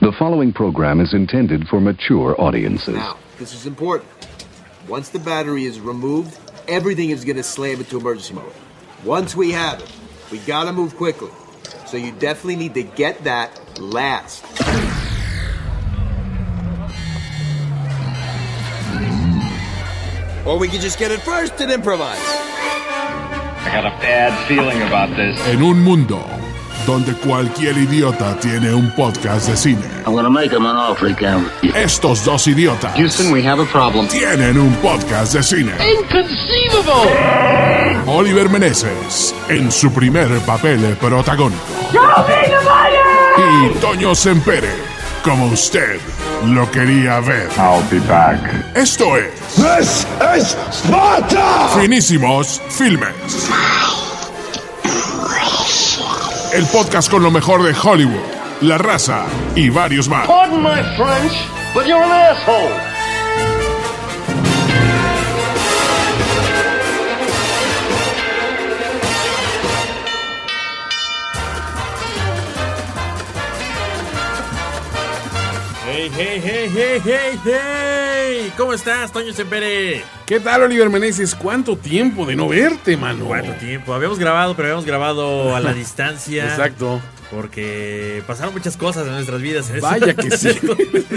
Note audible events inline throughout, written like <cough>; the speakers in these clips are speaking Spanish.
The following program is intended for mature audiences. Now, this is important. Once the battery is removed, everything is going to slam into emergency mode. Once we have it, we got to move quickly. So you definitely need to get that last. Or we could just get it first and improvise. I got a bad feeling about this. En un mundo donde cualquier idiota tiene un podcast de cine, I'm gonna make him an offer again. estos dos idiotas Houston, we have a problem. tienen un podcast de cine. ¡Inconceivable! Oliver Meneses, en su primer papel protagónico. Y Toño Sempere, como usted lo quería ver. I'll be back. Esto es. Finísimos Filmes. El podcast con lo mejor de Hollywood, la raza y varios más. Pardon my French, but you're an asshole. ¡Hey, hey, hey, hey, hey, hey! ¿Cómo estás, Toño Sempere? ¿Qué tal, Oliver Meneses? ¿Cuánto tiempo de no verte, mano? ¿Cuánto tiempo? Habíamos grabado, pero habíamos grabado a <laughs> la distancia. Exacto. Porque pasaron muchas cosas en nuestras vidas. ¿eh? en Vaya estos- que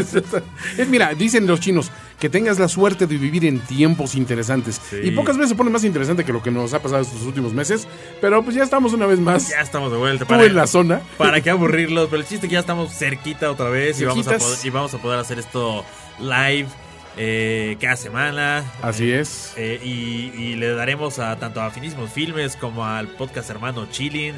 sí. <laughs> Es, mira, dicen los chinos que tengas la suerte de vivir en tiempos interesantes. Y pocas veces se pone más interesante que lo que nos ha pasado estos últimos meses. Pero pues ya estamos una vez más. <laughs> ya estamos de vuelta. Tú en la zona. Para qué aburrirlos, pero el chiste es que ya estamos cerquita otra vez y vamos, a Cerquitas. poder, y vamos a poder hacer esto live eh, cada semana. Así es. Eh, y, y le daremos a tanto a Finísimos Filmes como al podcast hermano Chilling.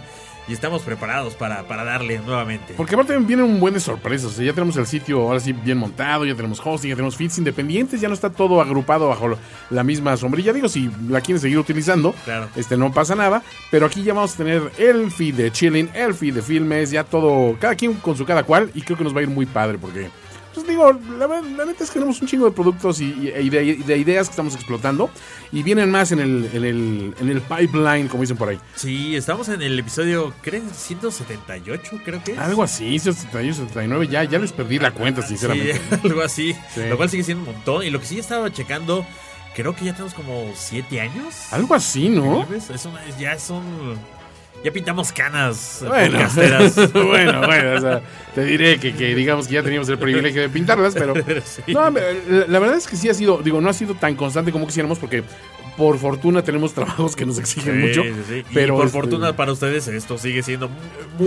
Y estamos preparados para, para darle nuevamente. Porque aparte vienen un buen de sorpresas. O sea, ya tenemos el sitio ahora sí bien montado, ya tenemos hosting, ya tenemos feeds independientes, ya no está todo agrupado bajo lo- la misma sombrilla. Digo, si la quieren seguir utilizando, Claro. este no pasa nada. Pero aquí ya vamos a tener el feed de chilling, el feed de filmes, ya todo, cada quien con su cada cual. Y creo que nos va a ir muy padre porque, pues digo, la, verdad- la neta es que tenemos un chingo de productos y, y- e ide- de ideas que estamos explotando. Y vienen más en el, en el, en el pipeline, como dicen por ahí. Sí, estamos en el episodio, ¿crees? 178, creo que es. Algo así, 78, 79, ya, ya les perdí la cuenta, sinceramente. Sí, <laughs> algo así. Sí. Lo cual sigue siendo un montón. Y lo que sí estaba checando, creo que ya tenemos como 7 años. Algo así, ¿no? Tal vez. Es una- ya son. Ya pintamos canas. eh, Bueno, <laughs> podcasteras. bueno, bueno, o sea, te diré que, que digamos que ya teníamos el privilegio de pintarlas, pero... <laughs> Sí. No, la, la verdad es que sí ha sido, digo, no ha sido tan constante como quisiéramos porque por fortuna tenemos trabajos que nos <laughs> Sí, exigen mucho, sí, sí. Y pero... por este, fortuna para ustedes, esto sigue siendo mu-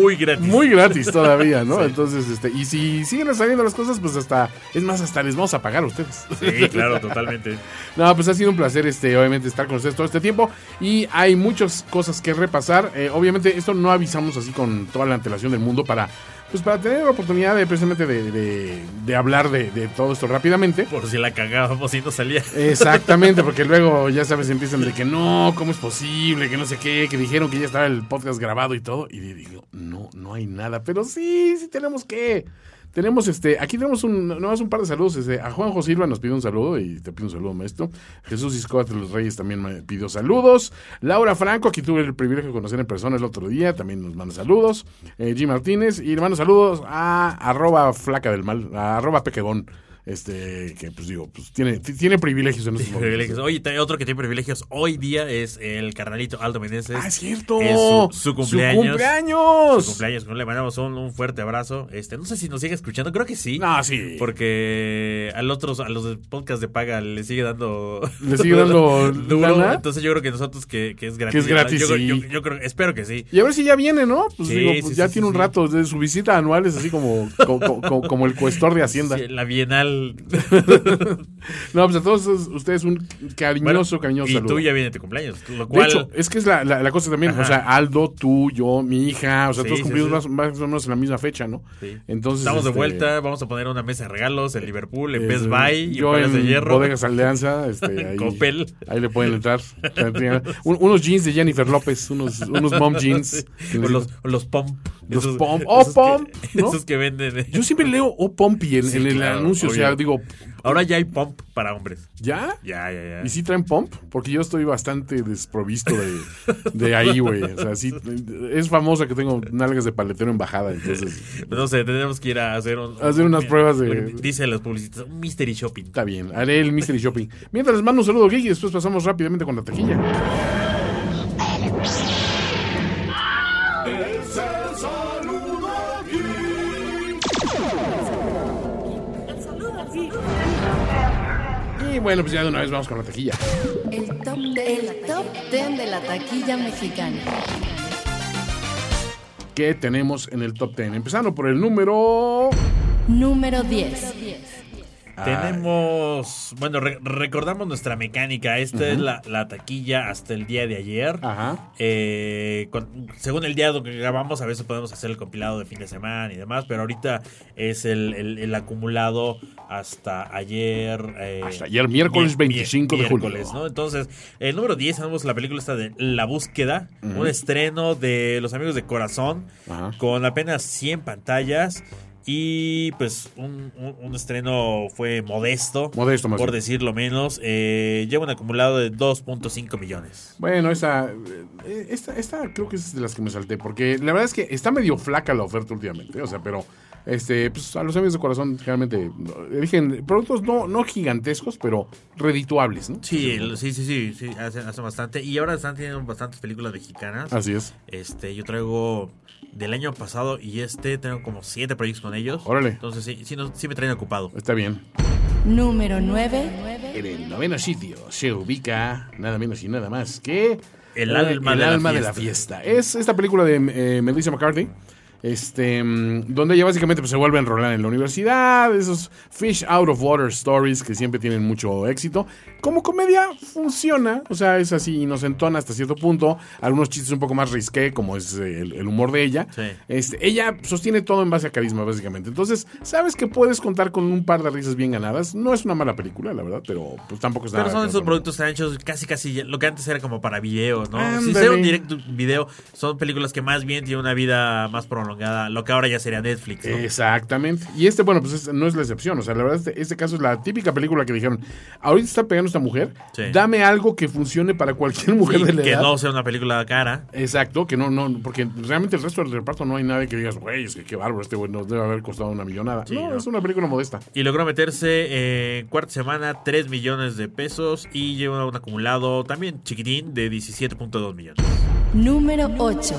muy gratis. Muy gratis todavía, ¿no? Sí. Entonces, este, y si siguen saliendo las cosas, pues hasta, es más, hasta les vamos a pagar a ustedes. Sí, claro, totalmente. No, pues ha sido un placer, este, obviamente, estar con ustedes todo este tiempo. Y hay muchas cosas que repasar. Eh, obviamente, esto no avisamos así con toda la antelación del mundo para, pues, para tener la oportunidad de precisamente de, de- de hablar de, de todo esto rápidamente. Por si la cagábamos y no salía. Exactamente, porque luego, ya sabes, empiezan de que no, ¿cómo es posible? Que no sé qué, que dijeron que ya estaba el podcast grabado y todo. Y digo, no, no hay nada. Pero sí, sí tenemos que. Tenemos este, aquí tenemos un, nomás un par de saludos. Este, a Juanjo Silva nos pidió un saludo y te pido un saludo, maestro. Jesús Iscoat de los Reyes también me pidió saludos. Laura Franco, a quien tuve el privilegio de conocer en persona el otro día, también nos manda saludos. Eh, Jim Martínez, y le mando saludos a arroba flaca del mal, a arroba pequebón. Este, que pues digo, pues tiene, t- tiene privilegios <laughs> en estos momentos. Privilegios. Oye, te- otro que tiene privilegios hoy día es el carnalito Aldo Meneses. Ah, es cierto. Es su, su cumpleaños. Su cumpleaños. Su cumpleaños. Le mandamos un, un fuerte abrazo. Este, no sé si nos sigue escuchando, creo que sí. No, sí. Porque al otros, a los de podcast de paga le sigue dando. <laughs> ¿Le sigue dando duro. lana? Entonces yo creo que nosotros que, que es gratis. Que es gratis, Yo, creo- sí. yo- yo creo, espero que sí. Y a ver si ya viene, ¿no? Pues Sí, digo, sí, pues sí, ya sí, tiene un sí. rato. de su visita anual es así <laughs> como, co- co- co- como el cuestor de Hacienda. Sí, <laughs> la Bienal. No, pues a todos ustedes un Bueno, cariñoso, cariñoso Y saludo. tú ya viene tu cumpleaños. Lo De cual. hecho, es que es la, la- la cosa también, Ajá. o sea, Aldo, tú, yo, mi hija, o sea, Sí, todos sí, cumplimos Más, sí. más o menos en la misma fecha, ¿no? Sí. Entonces, Estamos de este, vuelta, vamos a poner una mesa de regalos en Liverpool, en eh, Best Buy, yo en Palacio en de Hierro. <laughs> Bodegas Alianza, este, ahí, Coppel. ahí le pueden entrar. <laughs> Un- unos jeans de Jennifer López, unos, unos <laughs> mom jeans. O los, o los pump. Los pump. Oh, esos que- <laughs> pump, ¿no? Esos que venden. Yo siempre leo O Pompi en, <laughs> Sí, en el claro, anuncio, sea, digo, Ahora ya hay pump para hombres. ¿ya? Ya, ya, ya. ¿Y si traen pump? Porque yo estoy bastante desprovisto de, de ahí, güey. O sea, sí, es famosa que tengo nalgas de paletero en bajada, entonces No sé, tenemos que ir a hacer un- Hacer unas pruebas de- lo que Dicen los publicistas, un mystery shopping. está bien. Haré el mystery shopping. Mientras les mando un saludo, Geek, y después pasamos rápidamente con la taquilla. Y bueno, pues ya de una vez vamos con la taquilla. El top 10 de la taquilla mexicana. ¿Qué tenemos en el top 10? Empezando por el número... Número 10. Ah. Tenemos, bueno, re- recordamos nuestra mecánica. Esta es la, la taquilla hasta el día de ayer. Ajá. Eh, con- según el día que grabamos, a veces podemos hacer el compilado de fin de semana y demás, pero ahorita es el, el- el acumulado hasta ayer. eh, Hasta ayer, miércoles 25 de julio. miércoles, ¿no? Entonces, el número 10, tenemos la película esta de La Búsqueda, un estreno de Los Amigos de Corazón, Ajá. con apenas 100 pantallas. Y pues un, un- un estreno fue modesto, Modesto, más por bien. decirlo menos. Eh, lleva un acumulado de 2.5 millones. Bueno, esa, eh, esta, esta creo que es de las que me salté, porque la verdad es que está medio flaca la oferta últimamente, o sea, pero este, pues, a los amigos de corazón generalmente no, eligen productos no, no gigantescos, pero redituables, ¿no? Sí, el- sí, sí, sí, sí, hacen, hacen bastante. Y ahora están teniendo bastantes películas mexicanas. Así es. Este, yo traigo del año pasado y este tengo como siete proyectos con ellos. Órale. Entonces sí, sí, nos- sí me traen ocupado. Está bien. Número 9. En el noveno sitio se ubica nada menos y nada más que El alma de la alma fiesta. Es esta película de eh, Melissa McCarthy. Este, mm, donde ella básicamente pues, se vuelve a enrolar en la universidad, esos fish out of water stories que siempre tienen mucho éxito. Como comedia funciona, o sea, es así inocentona hasta cierto punto, algunos chistes un poco más risqué, como es eh, el, el humor de ella. Sí. Este, ella sostiene todo en base a carisma, básicamente. Entonces, sabes que puedes contar con un par de risas bien ganadas. No es una mala película, la verdad, pero pues tampoco es nada. Pero son esos no- productos que están hechos casi, casi, ya- lo que antes era como para video, ¿no? Si Ándale. sea un directo video, son películas que más bien tienen una vida más prolongada, lo que ahora ya sería Netflix, ¿no? Exactamente. Y este, bueno, pues es- no es la excepción. O sea, la verdad, este, este caso es la típica película que dijeron, ahorita está pegando esta mujer, Sí. dame algo que funcione para cualquier Y mujer de la que edad. no sea una película cara. Exacto, que no, no, porque realmente el resto del reparto no hay nadie que digas, güey, es que qué bárbaro, este güey nos debe haber costado una millonada. Sí, no, no. es una película modesta. Y logró meterse eh, en cuarta semana 3 millones de pesos y lleva un acumulado también chiquitín de 17.2 millones. Número 8.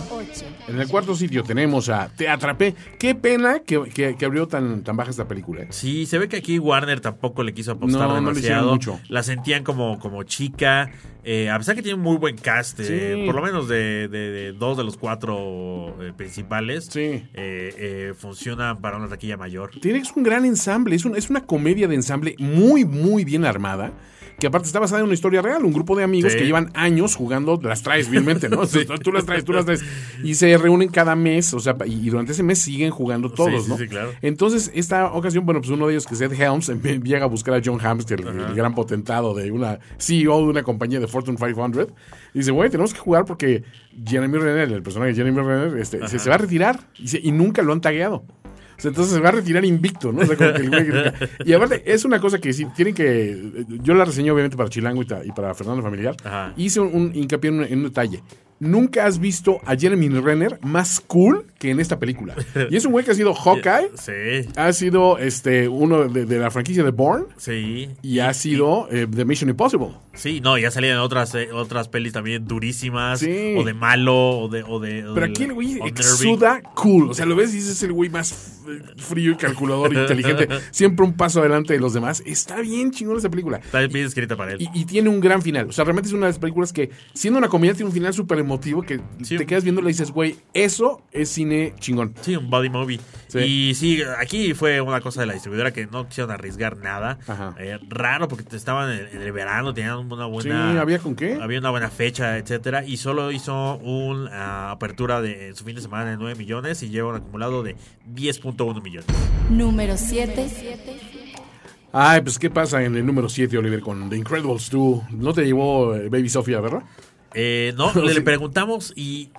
En el cuarto sitio tenemos a Te Atrapé. Qué pena que, que- que abrió tan, tan baja esta película. ¿eh? Sí, se ve que aquí Warner tampoco le quiso apostar No, no le hicieron demasiado. mucho. La sentían como, como chica. eh, a pesar que tiene un muy buen cast, eh, Sí. por lo menos de, de- de dos de los cuatro eh, principales, Sí. eh, eh, funciona para una taquilla mayor. Tienes un gran ensamble, es, un- es una comedia de ensamble muy, muy bien armada. Que aparte está basada en una historia real, un grupo de amigos Sí. que llevan años jugando, las traes vilmente, <laughs> ¿no? Tú las traes, tú las traes. Y se reúnen cada mes, o sea, y y durante ese mes siguen jugando todos, sí, ¿no? sí, claro. Entonces, esta ocasión, bueno, pues uno de ellos, que es Ed Helms, <laughs> en vez- llega a buscar a John Helms, que el, el gran potentado de una CEO de una compañía de Fortune 500, y dice, güey, tenemos que jugar porque Jeremy Renner, el personaje de Jeremy Renner, este, se, se va a retirar y, se- y nunca lo han tagueado. O sea, entonces se va a retirar invicto, ¿no? O sea, como que el güey grita. y aparte, es una cosa que sí, tienen que... Yo la reseñé obviamente para Chilango y, ta- y para Fernando Familiar. Ajá. Hice un, un hincapié en un, en un detalle. Nunca has visto a Jeremy Renner más cool que en esta película. Y es un güey que ha sido Hawkeye, <laughs> Sí, ha sido este uno de, de la franquicia de Bourne Eh, sí. y ha sido eh, de Mission Impossible. Sí, no, ya salían otras, eh, otras pelis también durísimas. Sí. O de malo, o de. O de o Pero de- aquí el güey o nervy. exuda cool. O sea, lo ves y dices, es el güey más f- frío y <laughs> calculador, inteligente. Siempre un paso adelante de los demás. Está bien chingón esta película. Está bien escrita para él. Y, y tiene un gran final. O sea, realmente es una de las películas que, siendo una comedia, tiene un final súper emotivo que Sí. te quedas viendo y le dices, güey, eso es cine chingón. Sí, un body movie. Sí. Y sí, aquí fue una cosa de la distribuidora que no quisieron arriesgar nada. Ajá. Eh, raro porque te estaban en, en el verano, tenían una Sí, buena. ¿había con qué? había una buena fecha, etcétera, y solo hizo una apertura de en su fin de semana de 9 millones y lleva un acumulado de 10.1 millones. Número 7. Ay, pues, ¿qué pasa en el número 7, Oliver, con The Incredibles 2? No te llevó eh, Baby Sofía, ¿verdad? Eh, <laughs> no, le, le preguntamos y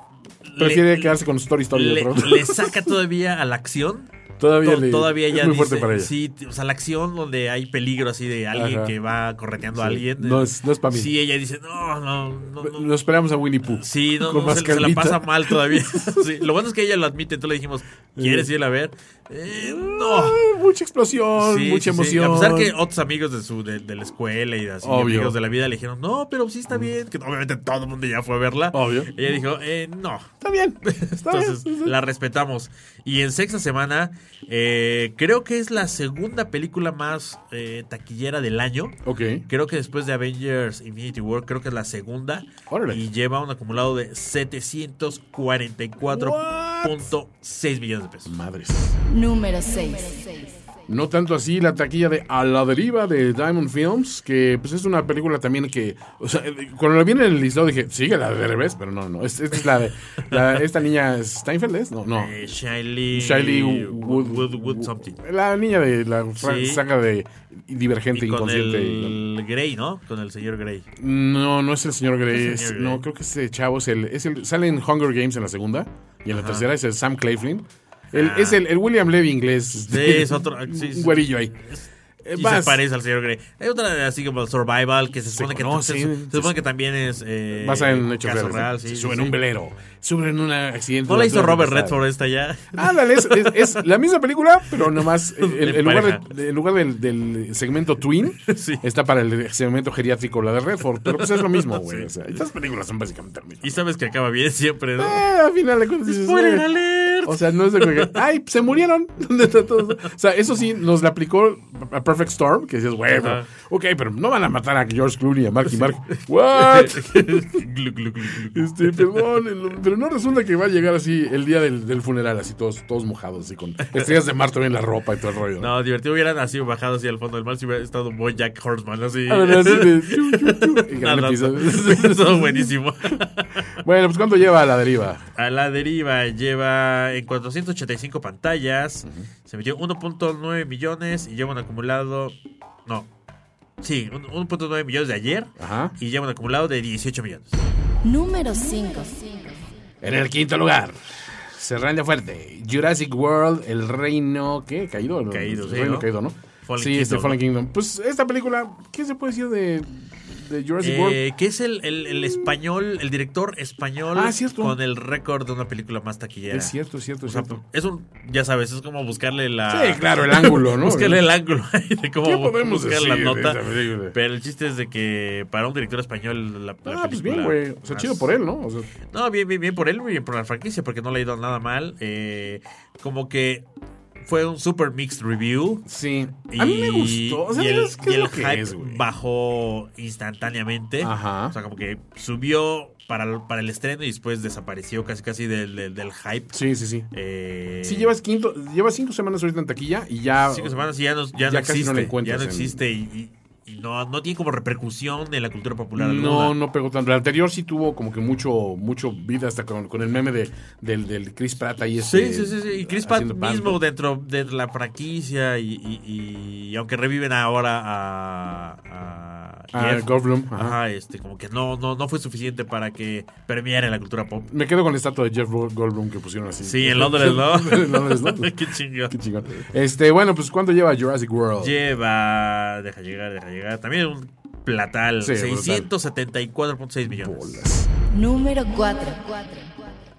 le- Prefiere quedarse con Story Story. le, otro. le saca todavía a la acción <laughs> Todavía To- le- todavía es ya muy fuerte dice- para ella. Sí, t- o sea, la acción donde hay peligro así de alguien Ajá. que va correteando a Sí, alguien. eh, no es- no es pa' mí. Sí, ella dice, no, no, no. no". Lo esperamos a Winnie Pooh. Sí, no, Con no, más se, se la calmita. pasa mal <laughs> todavía. Sí, Lo bueno es que ella lo admite, entonces le dijimos, ¿quieres ir a ver? "Eh, no. Ay, Mucha explosión, Sí, mucha sí, sí. emoción. A pesar que otros amigos de su de, de la escuela y así, Obvio. Mm. amigos de la vida le dijeron, no, pero sí está bien. Que obviamente todo el mundo ya fue a verla. Obvio. Ella dijo, "Eh, no. Está bien. Está Entonces bien. la respetamos. Y en sexta semana, eh, creo que es la segunda película más eh, taquillera del año. Ok. Creo que después de Avengers Infinity War, creo que es la segunda. Órale. Y lleva un acumulado de 744.6 millones de pesos. Madres. Número 6. No tanto así la taquilla de A la deriva de Diamond Films, que pues es una película también que, o sea, eh, cuando la vi en el listado dije, sigue la de revés, pero no, no, es- esta es la de, la- esta niña Steinfeld, ¿es? No, no. Eh, Shiley, Shiley Wood, Wood, Wood- Wood something. La niña de la fra- Sí. saga de Divergente Y con Inconsciente. el Grey, ¿no? Con el señor <laughs> Grey. No, no es el señor Grey. Es el es- señor Grey. no, creo que ese chavo es el, es el. Sale en Hunger Games en la segunda. Y en la tercera es el Sam Claflin. El- Ah. Es el, el William Levy inglés. Sí, es otro. ah, <laughs> sí, sí. Un güerillo ahí. Eh, Y vas, se parece al señor Grey. Hay otra así como Survival que se supone, que, conoce, se, se supone que también es. Eh, vas en hechos caso reales. real, Se sí, sí, suben sí. un velero. Suben en un accidente. No la hizo natural Robert pasado. Redford ¿eh? <laughs> esta ya. Ándale, es, es- es la misma película, pero <laughs> nomás el, el- En el lugar, pareja. de- el lugar del, del segmento twin <laughs> Sí. está para el segmento geriátrico, la de Redford. Pero pues es lo mismo, güey. o sea, estas películas son básicamente lo mismo. Y sabes que acaba bien siempre, ¿no? <laughs> Eh, al final de cuentas dices, ¡Spoiler güey, alert! O sea, no es de que, ay, se murieron. <laughs> ¿Dónde está todo? O sea, eso sí, nos la aplicó a Perfect Storm, que dices, güey, pero- Ajá. ok, pero no van a matar a George Clooney, a Mark y <laughs> Mark. ¿What? <laughs> Glu, glu, glu, glu. Este, perdón, pero no resulta que va a llegar así el día del, del funeral, así todos, todos mojados, así con estrellas de mar todavía en la ropa y todo el rollo. ¿no? No, divertido hubieran así bajado así al fondo del mar si hubiera estado un buen Jack Horseman así. Ah, no, así de, <laughs> chu, chu, chu, y gran Nada, episodio. <laughs> <laughs> Eso buenísimo. Bueno, pues ¿cuánto lleva a la deriva? A la deriva lleva en 485 pantallas. Se metió 1.9 millones y lleva un acumulado. No. Sí, un- 1.9 millones de ayer. Ajá. Y lleva un acumulado de 18 millones. Número 5. En el quinto lugar, Serranda Fuerte, Jurassic World, El Reino, ¿qué? Caído. ¿no? Caído, El sí, Reino ¿no? Caído, ¿no? Fallen sí, este Kingdom, Fallen ¿no? Kingdom. Pues esta película, ¿qué se puede decir de, de Jurassic World? Eh, que es el, el- el español, el director español Ah, cierto. con el récord de una película más taquillera. Es cierto, es cierto, O es sea, cierto. es un, ya sabes, es como buscarle la. Sí, claro, el ángulo, ¿no? Búscale el ángulo <laughs> ahí de cómo ¿Qué podemos buscar decir la de nota. esa película? Pero el chiste es de que para un director español la, la Ah, pues bien, película- güey. O sea, chido por él, ¿no? O sea, No, bien, bien, bien por él, bien por la franquicia, porque no le ha ido nada mal. Eh, como que fue un super mixed review. sí. Y, a mí me gustó. O sea, y el, ¿sabes qué y es el lo que hype es, güey? bajó instantáneamente. Ajá. O sea, como que subió para el, para el estreno y después desapareció casi casi del, del, del hype. Sí, sí, sí. Eh, Sí, llevas quinto, llevas cinco semanas ahorita en taquilla y ya. cinco semanas y ya no, Ya ya no casi no existe. la ya encuentras no en- existe y, y- y no, no tiene como repercusión en la cultura popular. No, alguna. no pegó tanto. La anterior sí tuvo como que mucho, mucho vida hasta con, con el meme de, del, del Chris Pratt ahí. Sí, este, sí, sí, sí. Y Chris Pratt haciendo pan. mismo dentro de la franquicia y, y- y aunque reviven ahora a... a Ah, Jeff, Goldblum, Ajá. ajá. este, como que no, no, no fue suficiente para que premiara la cultura pop. Me quedo con la estatua de Jeff Goldblum que pusieron así. <laughs> Sí, en Londres, ¿no? en Londres, <laughs> ¿no? Qué chingón. Qué chingón. Este, bueno, pues ¿cuánto lleva Jurassic World? Lleva... Deja llegar, deja llegar. También un platal. Sí, brutal. 674.6 millones. Bolas. Número 4.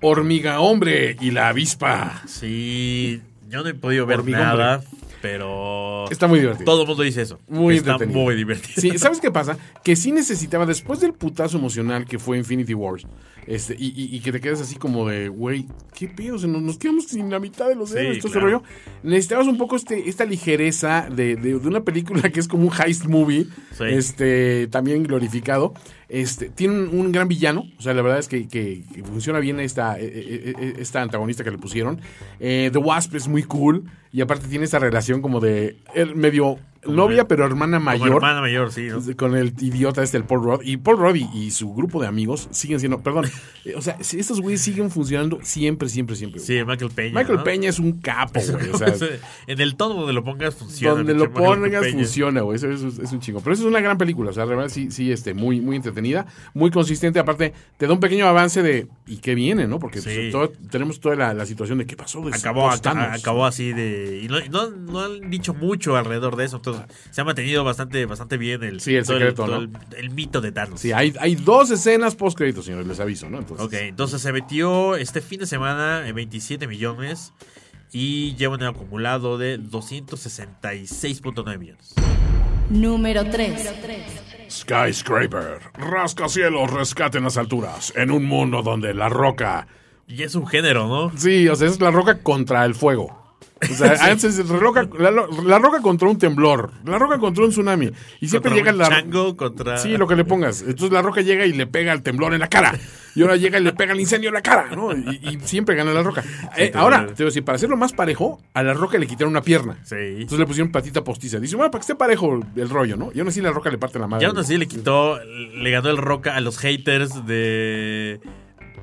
Hormiga Hombre y la avispa. Sí, yo no he podido ver Hormigón, nada, pero... Está muy divertido. Todo el mundo dice eso. Muy Está entretenido. muy divertido. Sí, <laughs> ¿sabes qué pasa? Que sí necesitaba, después del putazo emocional que fue Infinity Wars, este, y, y- y que te quedas así como de, güey, ¿qué pedo? O sea, nos, nos quedamos sin la mitad de los Sí, dedos, todo ese claro. rollo. Necesitabas un poco este, esta ligereza de, de- de una película que es como un heist movie, Sí. este, también glorificado. Este, tiene un, un gran villano, o sea, la verdad es que, que- que funciona bien esta, eh, eh, eh, esta antagonista que le pusieron. Eh, The Wasp es muy cool, y aparte tiene esta relación como de, el medio novia, pero hermana Como mayor. hermana mayor, sí. ¿no? Con el idiota este, el Paul Rudd. Y Paul Rudd y, y su grupo de amigos siguen siendo. <laughs> Perdón. eh, O sea, si estos güeyes siguen funcionando siempre, siempre, siempre. güey. Sí, Michael Peña. Michael ¿no? <laughs> Peña es un capo, güey. O sea, en el tono donde lo pongas funciona. donde pinche lo <laughs> Michael pongas Peña. funciona, güey. Eso, eso es- es un chingo. Pero eso es una gran película. O sea, de verdad, sí, sí, este, muy, muy entretenida, muy consistente. Aparte, te da un pequeño avance de y qué viene, ¿no? Porque pues, Sí. todo- tenemos toda la, la situación de qué pasó. de Acabó, estos aca- Thanos. acabó así de. Y no, y no, no han dicho mucho alrededor de eso. Entonces, se ha mantenido bastante, bastante bien el, Sí, el todo secreto, ¿no? todo el, el mito de Thanos. Sí, hay, hay dos escenas post créditos, señores, les aviso, ¿no? Entonces, Ok, entonces se metió este fin de semana en 27 millones y lleva un acumulado de 266.9 millones. Número 3. Skyscraper. Rascacielos rescaten las alturas. En un mundo donde la roca. Y es un género, ¿no? Sí, o sea, es la roca contra el fuego. O <laughs> sea, antes es la roca, la, la roca contra un temblor, la roca contra un tsunami. Y siempre Contra llega un la. chango, contra- Sí, lo que le pongas. Entonces la roca llega y le pega el temblor en la cara. Y ahora llega y le pega el incendio en la cara, ¿no? Y, y siempre gana la roca. Eh, ahora, te voy a decir, para hacerlo más parejo, a la roca le quitaron una pierna. Sí. Entonces le pusieron patita postiza. Dice, bueno, para que esté parejo el rollo, ¿no? Y aún así la roca le parte la madre. Y aún así le quitó, le ganó el roca a los haters de.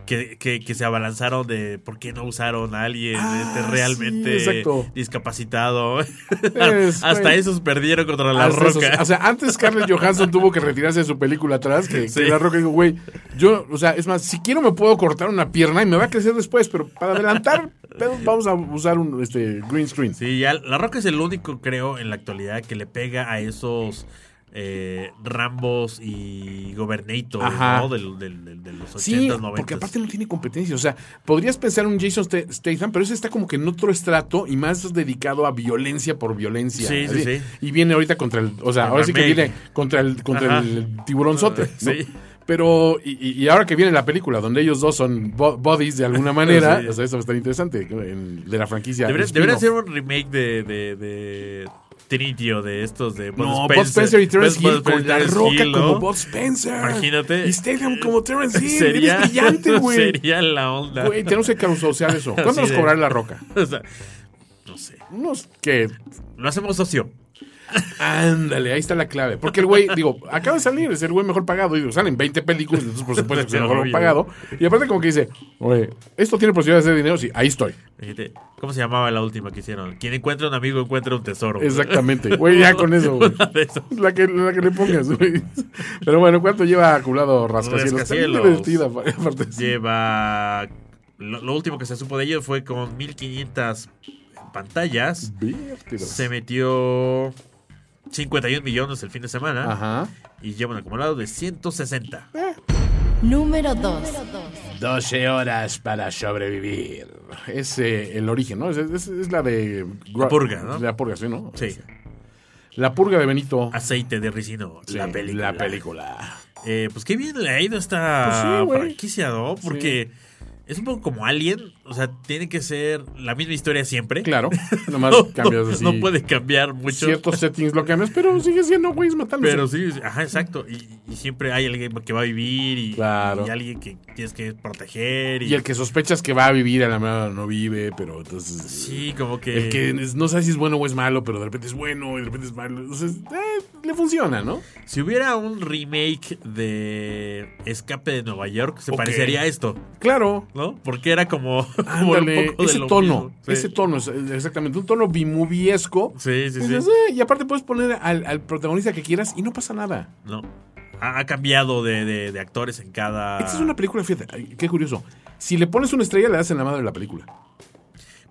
Que, que, que se abalanzaron de por qué no usaron a alguien Ah, este, sí, realmente exacto. discapacitado. Es, <laughs> Hasta güey. esos perdieron contra la Hasta roca. esos- o sea, antes Scarlett Johansson tuvo que retirarse de su película atrás, que, que Sí. la roca dijo, güey, yo, o sea, es más, si quiero me puedo cortar una pierna y me va a crecer después, pero para adelantar, <laughs> pero vamos a usar un este, green screen. Sí, ya La Roca es el único, creo, en la actualidad que le pega a esos eh, Rambos y Gobernator, Ajá. ¿no? Del- del- del- de los 80, Sí, 90. porque aparte no tiene competencia. O sea, podrías pensar en un Jason Sta- Statham, pero ese está como que en otro estrato y más dedicado a violencia por violencia. Sí, sí, sí. Y viene ahorita contra el. O sea, Contra ahora sí que Meg. viene contra el, contra Ajá. el tiburonzote. ¿no? Sí. Pero, y- y, y ahora que viene la película, donde ellos dos son bo- buddies de <laughs> alguna manera, Sí. o sea, eso va a estar interesante en- de la franquicia. Debería, el debería spin-off. ser un remake de, de, de Trinity o de estos de Bud No, Bob Spencer y Terence Bud- Hill Bud con la Spencer roca Hill, ¿no? como <laughs> Bob Spencer. Imagínate. Y Statham como <laughs> Terence Hill. Sería, Eres <laughs> brillante, güey. Sería la onda. Güey, tenemos que causar eso. ¿Cuándo Así nos de- cobrará la roca? <laughs> O sea, no sé. Unos que. Lo hacemos socio. Ándale, ahí está la clave. Porque el güey, digo, acaba de salir, es el güey mejor pagado. Digo, salen 20 películas, entonces por supuesto que es el mejor <laughs> Obvio. pagado. Y aparte, como que dice, oye, ¿esto tiene posibilidad de hacer dinero? Sí, ahí estoy. Fíjate, Este, ¿Cómo se llamaba la última que hicieron? Quien encuentra un amigo encuentra un tesoro. Exactamente. Güey, ya con <laughs> eso, güey. Una de esas. La que, la que le pongas, güey. Pero bueno, ¿cuánto lleva acumulado Rascacielos? Está bien Rascacielos. divertida, aparte. Lleva. Lo, lo último que se supo de ellos fue con 1500 pantallas. Vértigo. Se metió 51 millones el fin de semana. Ajá. Y lleva un acumulado de 160. Número 2. 12 horas para sobrevivir. Es eh, el origen, ¿no? Es, es- es la de... La purga, ¿no? La purga, sí, ¿no? Sí. La purga de Benito. Aceite de ricino. Sí, la película. La película. Eh, pues qué bien le ha ido Pues esta sí, güey. franquicia, ¿no? Porque es un poco como Alien. O sea, tiene que ser la misma historia siempre. Claro. <laughs> Nomás No, cambias así. no puede cambiar mucho. Ciertos settings lo cambias, pero sigue siendo güeyes matándose. Pero sí, sí, ajá, exacto. Y, y siempre hay alguien que va a vivir y, Claro. y alguien que tienes que proteger. Y, Y el que sospechas que va a vivir a la mera no vive, pero entonces... sí, como que. El que es- no sabe si es bueno o es malo, pero de repente es bueno y de repente es malo. Entonces, eh, le funciona, ¿no? Si hubiera un remake de Escape de Nueva York, se Ok. parecería a esto, Claro. ¿no? Porque era como. <laughs> como un Ándale, poco de ese lo tono, mismo. Sí. ese tono, es- es exactamente, un tono bimubiesco. Sí, sí, sí. Dices, "Eh", y aparte puedes poner al, al protagonista que quieras y no pasa nada. No. Ha, ha cambiado de, de- de actores en cada. Esta es una película, fíjate, ay, qué curioso. Si le pones una estrella, le das en la madre de la película.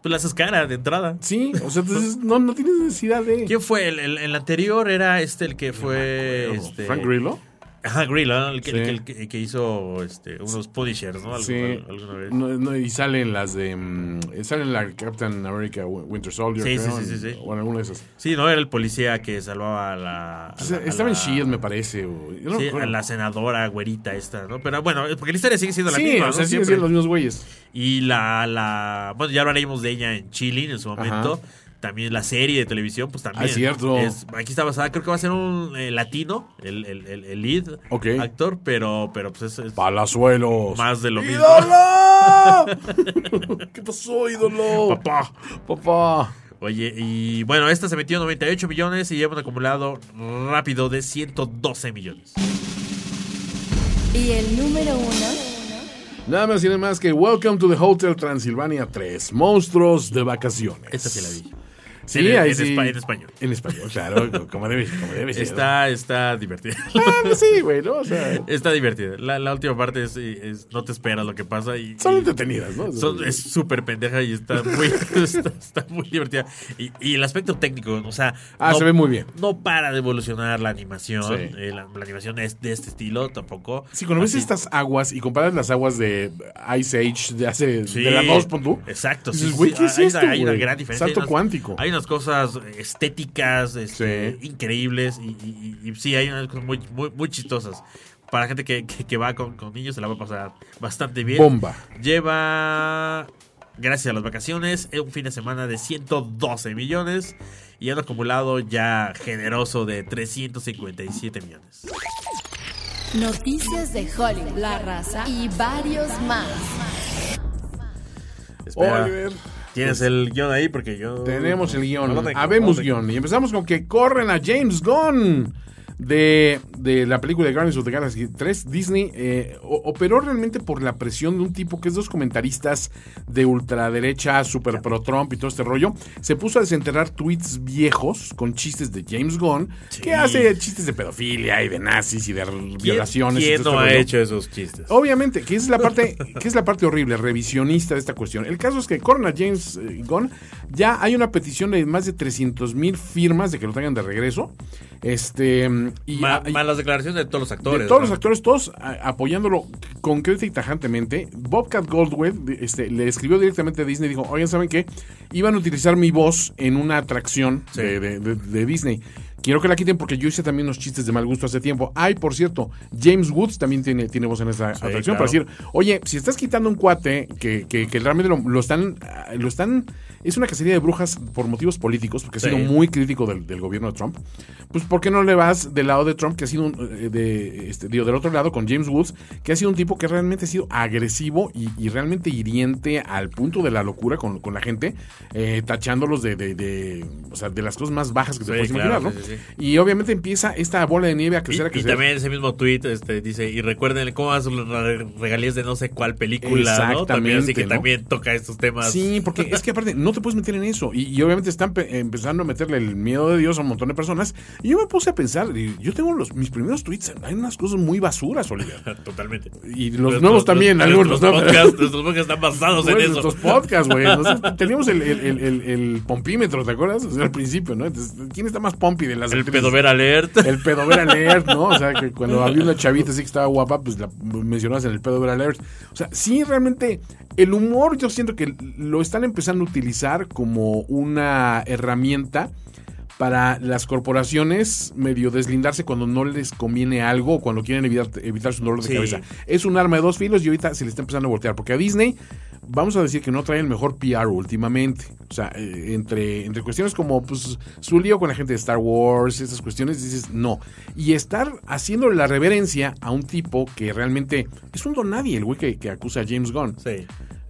Pues las cara de entrada. Sí, o sea, <laughs> entonces no, no tienes necesidad de. ¿Quién fue? El, el- el anterior era este, el que fue. Pero, este, Frank Grillo. Ajá, Grill, ¿no? el, que, Sí. el que- el que hizo este, unos Punishers, ¿no? Algo- Sí. alguna vez. No, no, y salen las de. mm, salen la Captain America Winter Soldier. Sí, sí, creo, sí, sí, en- sí. O en alguna de esas. Sí, no, era el policía que salvaba a la. a Entonces, la- a Pues, estaba en la- Shield, me parece. o- yo no sí, recuerdo. a la senadora güerita esta, ¿no? Pero bueno, porque la historia sigue siendo la Sí, misma. o ¿no? sea, siguen Siempre. siendo los mismos güeyes. Y la, la. Bueno, ya hablaremos de ella en Chile en su momento. También la serie de televisión, pues también. Ah, es cierto. es- aquí está basada, creo que va a ser un eh, latino, el, el, el, el lead Ok. actor, pero, pero pues es, es Palazuelos. más de lo mismo. <laughs> ¡Ídolo! ¿Qué pasó, ídolo? Papá. Papá. Oye, y bueno, esta se metió 98 millones y lleva un acumulado rápido de 112 millones. Y el número uno. Nada más y nada más que Welcome to the Hotel Transilvania 3, Monstruos de Vacaciones. Esta sí la vi. Sí, En- en ahí espa- sí. en español. En español, claro, como debe, como debe ser. Está, está divertida. <laughs> Ah, pues sí, güey, ¿no? O sea, Está divertida. La, la última parte es, es- no te esperas lo que pasa y, son y- entretenidas, ¿no? Son- es súper pendeja y está muy, <laughs> está, está muy divertida. Y, y el aspecto técnico, o sea. Ah, se ve muy bien. No para de evolucionar la animación. Sí. Eh, la, la animación es de este estilo tampoco. Sí, cuando ves Así- estas aguas y comparas las aguas de Ice Age de hace Sí, de la 2, pon tú, Exacto, dices, sí, güey, sí, ¿qué es hay, esto, una, hay una güey? gran diferencia. Salto hay unas- cuántico. Hay unas cosas estéticas este, Sí. increíbles y, y- y- y sí, hay unas cosas muy, muy, muy chistosas. Para gente que, que- que va con, con niños se la va a pasar bastante bien. Bomba. Lleva, gracias a las vacaciones, un fin de semana de 112 millones y han acumulado ya generoso de 357 millones. Noticias de Hollywood, La Raza y varios más. Espera, Oliver. Pues ¿Tienes el guión ahí? Porque yo... Tenemos el guión. No lo tengo, Habemos no lo tengo. guión. Y empezamos con que corren a James Gunn de, de la película de Guardians of the Galaxy 3. Disney eh, o- operó realmente por la presión de un tipo que es dos comentaristas de ultraderecha, super pro Trump y todo este rollo. Se puso a desenterrar tweets viejos con chistes de James Gunn, Sí. que hace chistes de pedofilia y de nazis y de ¿Quién- violaciones. y ¿Quién todo Oh, no este ha rollo. hecho esos chistes? Obviamente, que es la parte, que es la parte horrible, revisionista de esta cuestión. El caso es que corren a James eh, Gunn. Ya hay una petición de más de 300 mil firmas de que lo tengan de regreso. Este mm, y, Ma- y- más las declaraciones de todos los actores. de todos los ¿no? actores, todos a- apoyándolo concreta y tajantemente. Bobcat Goldwyn este, le escribió directamente a Disney y dijo, oigan, ¿saben qué? Iban a utilizar mi voz en una atracción Sí. de, de- de- de Disney. Quiero que la quiten porque yo hice también unos chistes de mal gusto hace tiempo. Ay, por cierto, James Woods también tiene, tiene voz en esa atracción para claro. decir, oye, si estás quitando un cuate que, que- que realmente lo, lo están, ah, lo están, es una cacería de brujas por motivos políticos, porque ha sido Sí. muy crítico del, del gobierno de Trump, pues ¿por qué no le vas del lado de Trump, que ha sido, un, eh, de, este, digo, del otro lado, con James Woods, que ha sido un tipo que realmente ha sido agresivo y, y realmente hiriente al punto de la locura con, con la gente, eh, tachándolos de, de, de, o sea, de las cosas más bajas que te Sí, puedes claro, imaginar, ¿no? sí, sí, Y obviamente empieza esta bola de nieve a crecer, a Y, y crecer. también ese mismo tweet este, dice, y recuerden cómo van sus re- regalías de no sé cuál película, ¿no? También, así que Exactamente, ¿no? también toca estos temas. Sí, porque es que aparte no te puedes meter en eso. Y, y obviamente están pe- empezando a meterle el miedo de Dios a un montón de personas. Y yo me puse a pensar, y yo tengo los, mis primeros tweets, hay unas cosas muy basuras, Oliver. <laughs> Totalmente. Pues, Y los nuevos también, algunos, <laughs> nuestros ¿no? podcasts- nuestros podcasts están basados en Güey, eso. nuestros podcasts, güey. <laughs> Nosotros teníamos el, el, el, el- el pompímetro, ¿te acuerdas? O sea, al principio, ¿no? Entonces, ¿quién está más pompi de las El actrices? pedover alert. El pedo ver alert, ¿no? O sea, que <laughs> cuando había una chavita así que estaba guapa, pues la mencionabas en el pedo ver alert. O sea, sí, realmente el humor yo siento que lo están empezando a utilizar como una herramienta para las corporaciones medio deslindarse cuando no les conviene algo o cuando quieren evitar, evitar su dolor de Sí. cabeza. Es un arma de dos filos y ahorita se le está empezando a voltear porque a Disney vamos a decir que no trae el mejor PR últimamente. O sea, eh, entre, entre cuestiones como pues, su lío con la gente de Star Wars, esas cuestiones, dices no. Y estar haciendo la reverencia a un tipo que realmente es un don nadie, el güey que, que acusa a James Gunn. <laughs> Sí.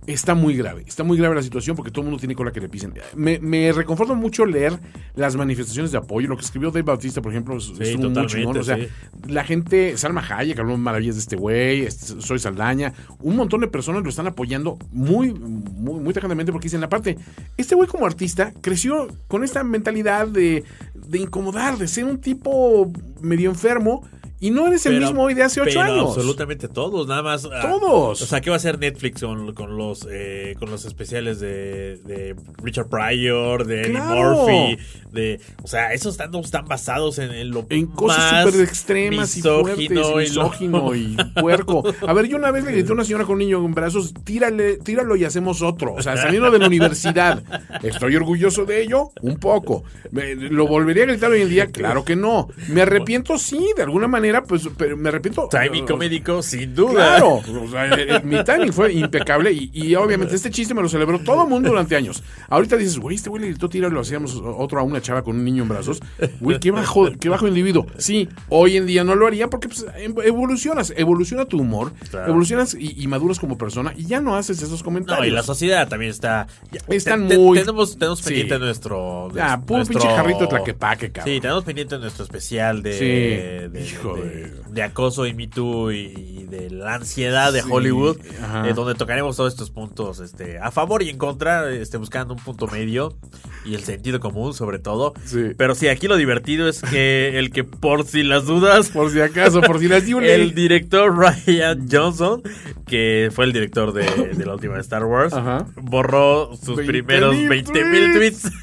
Está muy grave, está muy grave la situación porque todo el mundo tiene cola que le pisen. Me, me reconforta mucho leer las manifestaciones de apoyo. Lo que escribió Dave Bautista, por ejemplo, es es un muy totalmente, chingón. O sea, sí. la gente, Salma Hayek, habló maravillas de este güey, este, Soy Saldaña. Un montón de personas lo están apoyando muy, muy, muy tajantemente porque dicen, aparte, este güey como artista creció con esta mentalidad de, de incomodar, de ser un tipo medio enfermo y no eres el Pero- mismo hoy de hace ocho pero años. Absolutamente todos, nada más. ah, Todos. O sea, ¿qué va a hacer Netflix con, con los eh, con los especiales de, de Richard Pryor, de Eddie Claro. Murphy, de, o sea, esos stand-ups están basados en, en lo En cosas más súper extremas y misógino fuertes, y lo- misógino <laughs> y puerco. A ver, yo una vez le grité a una señora con un niño en brazos, tírale, tíralo y hacemos otro. O sea, saliendo de la universidad. ¿Estoy orgulloso de ello? Un poco. Me- ¿Lo volvería a gritar hoy en día? Claro que no. ¿Me arrepiento? Sí, de alguna manera, pues, pero me repito. <laughs> Timing o- o- comédico, sin duda. Claro, <laughs> o sea, eh, eh, mi timing fue impecable y, y obviamente este chiste me lo celebró todo el mundo durante años. Ahorita dices, güey, este güey le gritó tira, lo hacíamos otro a una chava con un niño en brazos. Güey, qué bajo, qué bajo individuo. Sí, hoy en día no lo haría porque pues, ev- evolucionas, evoluciona tu humor, Claro. evolucionas y, y maduras como persona y ya no haces esos comentarios. No, y la sociedad también está. ya- Están muy- tenemos tenemos Sí. pendiente nuestro. Ah, puro nuestro- pinche jarrito de tlaquepaque, cabrón. Sí, tenemos pendiente nuestro especial de. Sí. de- Hijo de- de- de acoso y Me Too y, y de la ansiedad de Hollywood, ajá. eh, donde tocaremos todos estos puntos este, a favor y en contra, este, buscando un punto medio y el sentido común, sobre todo. Sí. Pero sí, aquí lo divertido es que el que por si las dudas. Por si acaso, por si las di un El director Ryan Johnson, que fue el director de, de la última de Star Wars, Ajá. borró sus 20,000 primeros 20 mil tweets. tweets.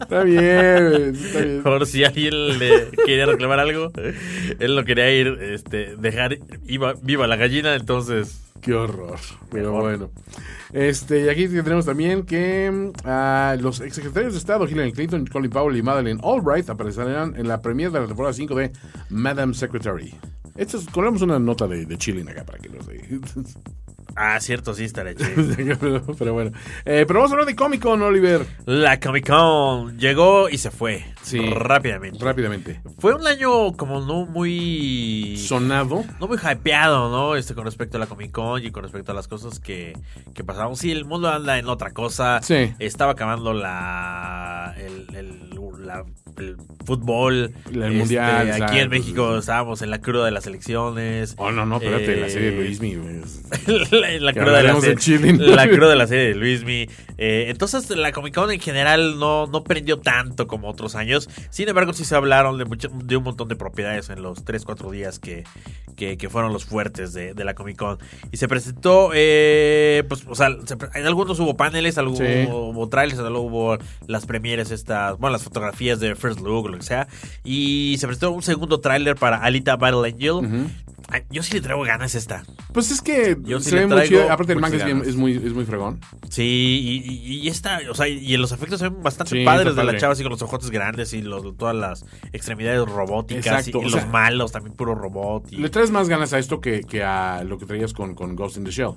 Está bien, güey, está bien. Por si alguien le quería reclamar algo. Él no quería ir, este, dejar iba- viva la gallina, entonces. Qué horror. Pero bueno. Este, y aquí tenemos también que mm, ah, los exsecretarios de Estado, Hillary Clinton, Colin Powell y Madeleine Albright, aparecerán en la premiere de la temporada 5 de Madam Secretary. Esto es, colgamos una nota de, de Chilling acá para que los de- Ah, cierto, sí, <laughs> estaré chido. pero, <laughs> pero bueno. Eh, pero vamos a hablar de Comic Con, Oliver. La Comic Con llegó y se fue. Sí. Rápidamente. Rápidamente. fue un año como no muy. Sonado. no muy hypeado, ¿no? Este, con respecto a la Comic Con y con respecto a las cosas que, que pasaron. Sí, el mundo anda en otra cosa. Sí. Estaba acabando la. el, el- la- el fútbol. Este, El mundial, Aquí exacto. en México estábamos en la cruda de las elecciones. Oh, no, no, espérate, Eh, la serie de Luismi. pues. <laughs> la, la Que cruda de la hablaremos de serie, Chilling. la cruda de la serie de Luismi. Eh, entonces, la Comic Con en general no, no prendió tanto como otros años. Sin embargo, sí se hablaron de, mucho- de un montón de propiedades en los 3-4 días que, que, que fueron los fuertes de, de la Comic Con. Y se presentó, eh, pues, o sea, se pre- en algunos hubo paneles, algo- Sí. hubo, trailers, luego hubo las premieres estas, bueno, las fotografías de First Look, o lo que sea. Y se presentó un segundo trailer para Alita Battle Angel. Ay, Yo sí le traigo ganas a esta. Pues es que Yo sí se le ve muy traigo chido. Aparte, el manga es, muchas bien- ganas. es muy, es muy fregón. Sí, y, y- y esta, o sea, y los efectos se ven bastante Sí, padres está de la padre. chava, así con los ojotes grandes y los, todas las extremidades robóticas Exacto, y, y o los sea- malos, también puro robot. y- Le traes más ganas a esto que, que a lo que traías con, con Ghost in the Shell.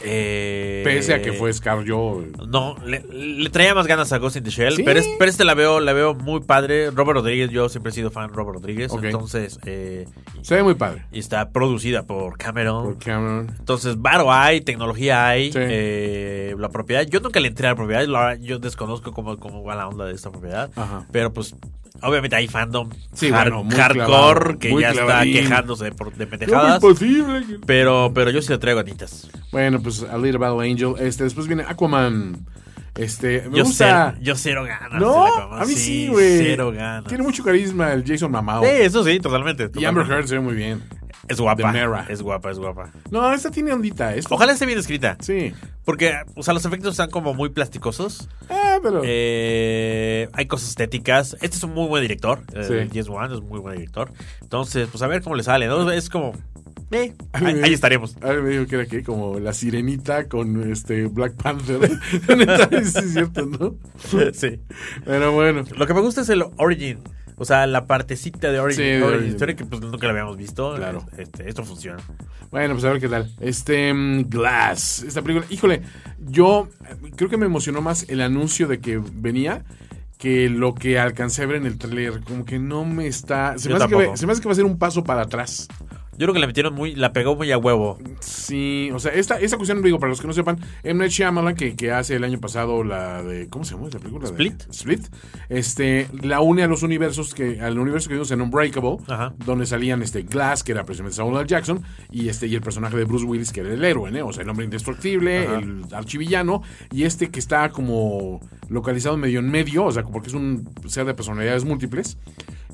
eh, Pese a que fue Scar yo. No, le, le traía más ganas a Ghost in the Shell, Sí. pero, es- pero este la veo, la veo muy padre. Robert Rodríguez, yo siempre he sido fan de Robert Rodríguez, Ok. entonces, eh, Se ve muy padre. ah, y está producida por Cameron. Por Cameron. Entonces, varo hay, tecnología hay, Sí. eh, la propiedad. Yo nunca le entré a la propiedad, la- yo desconozco cómo, cómo va la onda de esta propiedad. Ajá. Pero pues, obviamente hay fandom Sí, har- bueno, muy hardcore clavado, que muy ya clavadín. pues, está quejándose de, por- de ¿Cómo es pendejadas. posible? que- Pero, pero yo sí le traigo ganitas. Bueno, pues A Little Battle Angel. Este, después viene Aquaman. Este, me Yo, gusta. cero, yo cero ganas. no, de la cama. a mí sí, güey. Cero ganas. Tiene mucho carisma el Jason Mamao. Sí, eso sí, totalmente. y Amber totalmente. Heard se ve muy bien. Es The guapa. Mera. Es guapa, es guapa. No, esta tiene ondita. Es... Ojalá esté bien escrita. Sí. Porque, o sea, los efectos están como muy plasticosos. Eh, pero. <laughs> Eh, hay cosas estéticas. Este es un muy buen director. Eh, Sí. James Wan es un muy buen director. Entonces, pues a ver cómo le sale. ¿no? Es como. eh, ahí, <laughs> ahí estaremos. <laughs> A ver, me dijo que era que como la sirenita con este Black Panther. <laughs> Neta, sí, es cierto, ¿no? Sí. Pero bueno. Lo que me gusta es el Origin. O sea, la partecita de Origin, Sí, de Origin Origin. Story que pues nunca la habíamos visto. Claro. Este, esto funciona. Bueno, pues a ver qué tal. Este mm, Glass, esta película, híjole, yo eh, creo que me emocionó más el anuncio de que venía que lo que alcancé a ver en el tráiler, como que no me está, se Yo me, hace que, tampoco. va- se me hace que va a ser un paso para atrás. Yo creo que la metieron muy. La pegó muy a huevo. Sí, o sea, esta, esta cuestión, digo, para los que no sepan, M. Night Shyamalan, que, que hace el año pasado la de, ¿cómo se llama la película? De- Split. Split, este, la une a los universos, que al universo que vimos en Unbreakable, Ajá. donde salían este Glass, que era precisamente Samuel L. Jackson, y este, y el personaje de Bruce Willis, que era el héroe, ¿eh? o sea, el hombre indestructible, Ajá. el archivillano, y este que está como localizado medio en medio, o sea, porque es un ser de personalidades múltiples,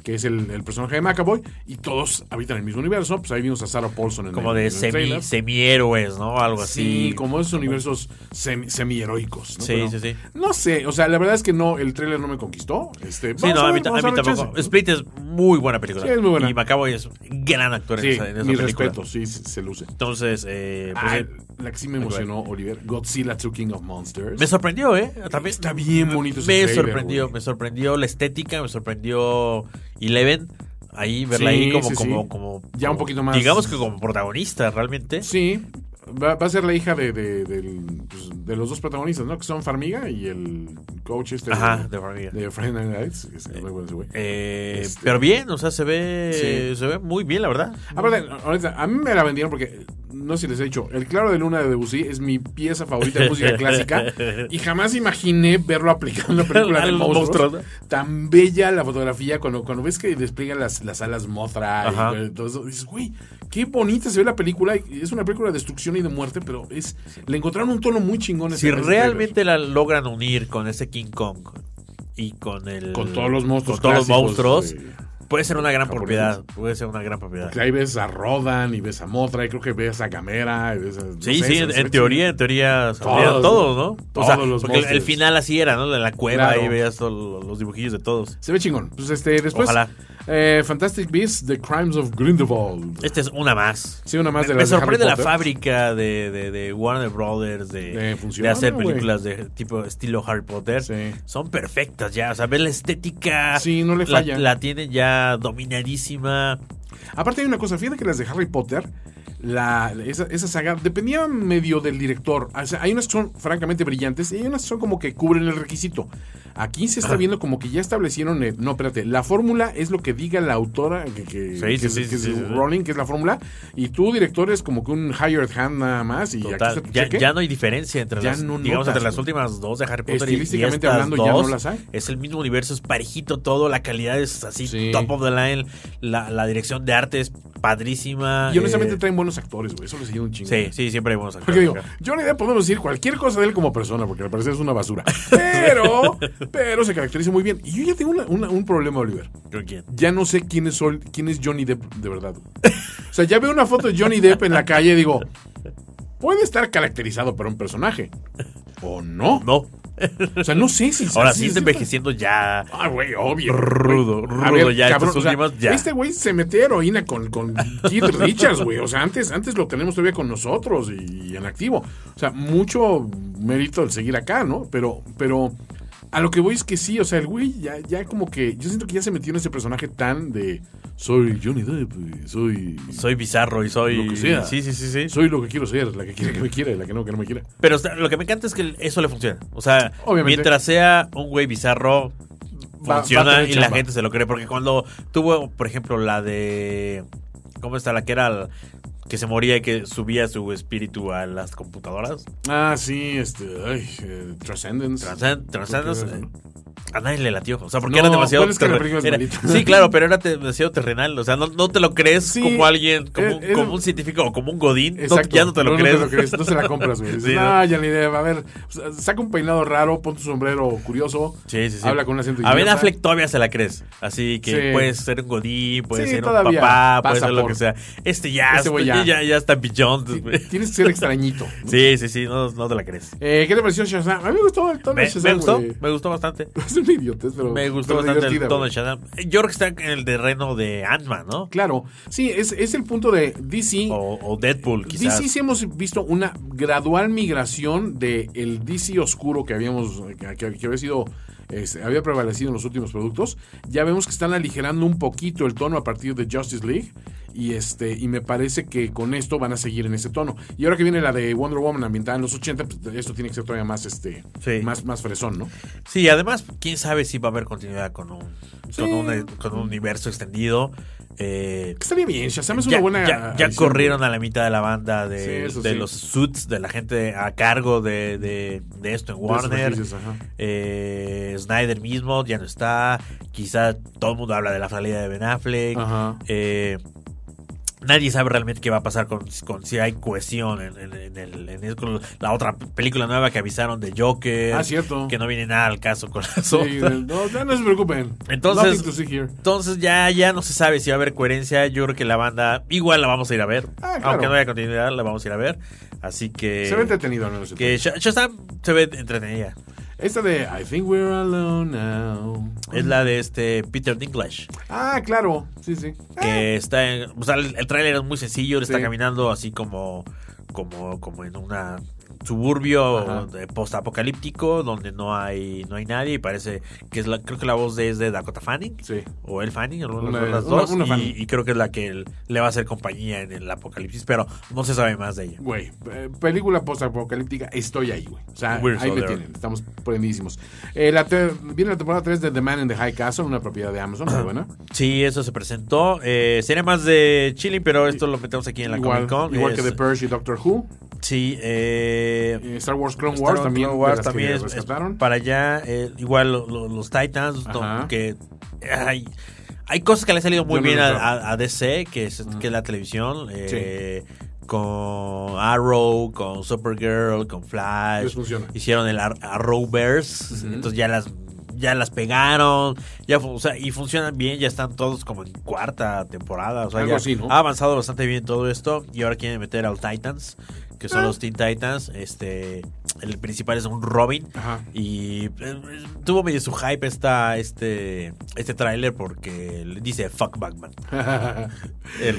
que es el, el personaje de McAvoy, y todos habitan el mismo universo, pues ahí vimos a Sarah Paulson en Como el- en de el semi, trailer. semihéroes, ¿no? Algo así. Sí, como esos universos semi, semi-heroicos. ¿no? Sí, Pero sí, sí. No sé, o sea, la verdad es que no, el tráiler no me conquistó. Este, Sí, vamos no, a a mí, ver, ta- vamos a a mí ver, tampoco. chance. Split es muy buena película. Sí, es muy buena. Y McAvoy es un gran actor en Sí, esa, en esa mi película. respeto, sí, sí, se luce. Entonces, eh, pues, Ah, eh, la que sí me emocionó, Oliver, Godzilla 2 King of Monsters. me sorprendió, ¿eh? También, pues, Está bien bonito ese Me trailer, sorprendió, güey. me sorprendió la estética, me sorprendió Eleven. ahí, verla Sí, ahí como, sí, sí. como, como. Ya un poquito más. Digamos que como protagonista, realmente. Sí, va, va a ser la hija de, de- del- pues, de los dos protagonistas, ¿no? Que son Farmiga y el coach este de- Ajá, de Farmiga. de Friday Night Lights. que es muy bueno ese güey. Eh, Este- Pero bien, o sea, se ve, Sí. Ah, se ve muy bien, la verdad. Aparte, ahorita, a mí me la vendieron porque, no sé si les he dicho, El Claro de Luna de Debussy es mi pieza favorita de música clásica y jamás imaginé verlo aplicado en una película de <laughs> Al monstruos. monstruo, Tan bella la fotografía cuando, cuando ves que despliegan las, las alas Ajá. Mothra y todo eso. Dices, güey, qué bonita se ve la película. Es una película de destrucción y de muerte, pero es le encontraron un tono muy chingón. a Si pues, ese- a ese trailer. realmente la logran unir con ese King Kong y con el. Con todos los monstruos Con todos los monstruos. clásicos de- Puede ser una gran japoneses. propiedad. Puede ser una gran propiedad. Ahí ves a Rodan y ves a Mothra y creo que ves a Gamera. y ves a- no Sí, sé, sí, se- en, se en ve teoría, en teoría, se Todos, olvidaron todos, ¿no? o todos sea, los porque el- el monstruos. final así era, ¿no? De la cueva, Claro. ahí veías todos los- los dibujillos de todos. Se ve chingón. Pues este, después. Ojalá. eh, Fantastic Beasts, The Crimes of Grindelwald. Esta es una más. Sí, una más de Me las de Harry sorprende la Potter. fábrica de, de- de Warner Brothers de, Eh, de funciona, hacer güey. películas de tipo estilo Harry Potter. Sí. Son perfectas ya. O sea, ves la estética. Sí, no le la- falla. La, tienen ya dominadísima. Aparte hay una cosa, fíjate que las de Harry Potter, la, esa, esa saga dependía medio del director. O sea, hay unas que son francamente brillantes y hay unas que son como que cubren el requisito. Aquí se está viendo como que ya establecieron, el- no, espérate, la fórmula es lo que diga la autora, que, que, Sí, que sí, es, sí, que es sí, sí, sí. Rowling, que es la fórmula, y tú, director, es como que un hired hand nada más y aquí Total. está tu Ya, cheque. ya no hay diferencia entre, Ya las, no digamos, notas, entre las güey. últimas dos de Harry Potter y- y Estilísticamente estas hablando, ya no dos. las hay. Es el mismo universo, es parejito todo. La calidad es así, Sí. top of the line. La, la dirección de arte es padrísima. Y honestamente eh, traen buenos actores, güey. Eso les ayuda un chingo. Sí, sí, siempre vamos a Porque digo, Johnny Depp podemos decir cualquier cosa de él como persona, porque al parecer es una basura. <laughs> Pero, pero se caracteriza muy bien. Y yo ya tengo una- una- un problema, Oliver. ¿Con quién? Ya no sé quién es, Sol- quién es Johnny Depp de verdad. O sea, ya veo una foto de Johnny Depp en la calle y digo, puede estar caracterizado por un personaje. O no. No. O sea, no sé si Ahora si- sí si- está envejeciendo ya. Ah, güey, obvio. Rudo, güey. rudo, ya, estas o sea, últimas, ya. Este güey se metió heroína con, con Keith Richards, güey. O sea, antes, antes lo tenemos todavía con nosotros y, y en activo. O sea, mucho mérito el seguir acá, ¿no? Pero, pero a lo que voy es que sí, o sea, el güey ya, ya como que. Yo siento que ya se metió en ese personaje tan de. Soy Johnny Depp, y soy. Soy bizarro y soy. Lo que sea. Sí, sí, sí, sí. Soy lo que quiero ser, la que quiere que me quiera y la que no, que no me quiera. Pero está- lo que me encanta es que eso le funciona. O sea, Obviamente. mientras sea un güey bizarro, Va- funciona va a tener y la chamba. gente se lo cree. Porque cuando tuvo, por ejemplo, la de. ¿Cómo está la que era? la- que se moría y que subía su espíritu a las computadoras. Ah, sí, este. Ay, eh, Transcendence. Transcend- Transcendence, Creo que era, eh, A nadie le latió. O sea, porque No, era demasiado. pero es que la terre- película es era- malita. <laughs> sí, claro, pero era te- demasiado terrenal. O sea, no, no te lo crees Sí, como alguien, como, eh, un- eh, como un científico o como un godín. No, ya no te lo No, crees. No, no se la compras, <laughs> güey. Dices, Sí, no, no. ya ni idea. A ver, s- saca un peinado raro, pon tu sombrero curioso. Sí, sí, sí. Habla con un acento A Ben idiota. Affleck todavía se la crees. Así que Sí. puedes ser un godín, puedes Sí, ser un todavía papá, puedes pasa ser lo por- que sea. Este ya, Ese güey ya. ya. ya, ya está beyond. Ti- güey. Tienes que ser extrañito. Sí, sí, sí, no, no te la crees. Eh, ¿Qué te pareció Shazam? A mí me gustó el tono Me, de Shazam. me gustó, güey. <laughs> me gustó bastante. Es un idiotez, pero. Me gustó pero bastante el divertida, tono güey. de Shazam. York está en el terreno de Ant-Man, ¿no? Claro. Sí, es, es el punto de DC. O, o Deadpool, quizás. DC sí hemos visto una gradual migración de el DC oscuro que habíamos que, que- que había sido este, había prevalecido en los últimos productos. Ya vemos que están aligerando un poquito el tono a partir de Justice League y este y me parece que con esto van a seguir en ese tono. Y ahora que viene la de Wonder Woman ambientada en los 80, pues, esto tiene que ser todavía más este Sí. más más fresón, ¿no? Sí, además, quién sabe si va a haber continuidad con un, Sí. con un, con un universo extendido. Eh, Que estaría bien, Shazam es ya, una buena ya- ya adición, corrieron güey. a la mitad de la banda de, Sí, eso de sí. los suits, de la gente a cargo de, de- de esto en De esos Warner. franquicias, ajá. Eh, Snyder mismo ya no está. Quizá todo el mundo habla de la salida de Ben Affleck. Ajá. Eh, Nadie sabe realmente qué va a pasar con, con si hay cohesión en, en- en el- en el- con la otra película nueva que avisaron de Joker. Ah, cierto. Que no viene nada al caso con la Sí, otra. no, ya no se preocupen. Entonces- Nothing to see here. Entonces ya, ya no se sabe si va a haber coherencia. Yo creo que la banda igual la vamos a ir a ver. Ah, claro. Aunque no haya continuidad, la vamos a ir a ver. Así que... se ve entretenido al menos. el que Sha- Shazam se ve entretenida. Esta de I think we're alone now. Es la de este Peter Dinklage. Ah, claro. Sí, sí. Ah. Que está en... O sea, el, el tráiler es muy sencillo. Él está Sí. caminando así como... Como, como en una suburbio eh, postapocalíptico donde no hay no hay nadie y parece que es la creo que la voz de, es de Dakota Fanning Ah, Sí. o el Fanning alguna Una de de- las una- dos una y- Fanning. y, creo que es la que el- le va a hacer compañía en el apocalipsis pero no se sabe más de ella Güey, eh, película postapocalíptica, estoy ahí, güey. O sea, We're ahí so me there. tienen, estamos prendidísimos. Eh, la te- viene la temporada 3 de The Man in the High Castle, una propiedad de Amazon, muy buena. sí eso se presentó eh, sería más de chilling pero esto lo metemos aquí en la igual Comic Con igual que Es- The Purge y Doctor Who. sí eh, Eh, Star Wars Clone Star Wars Wars, también, Clone de Wars las que también es- es rescataron. para allá. eh, igual lo- lo- los Titans, no, Ajá. que ay, hay cosas que le han salido muy Yo no bien lo a, creo. a- a DC, que es, que es la televisión. eh, Con Arrow, con Supergirl, con Flash. Les funciona. Hicieron el Ar- Arrowverse. Entonces ya las ya las pegaron. Ya, fu- o sea, y funcionan bien. Ya están todos como en cuarta temporada. O sea, Algo ya así, ¿no? ha avanzado bastante bien todo esto. Y ahora quieren meter al Titans, que Ah. son los Teen Titans. Este, el principal es un Robin. Ajá. Y eh, tuvo medio su hype esta, este, este tráiler porque le dice fuck Batman, el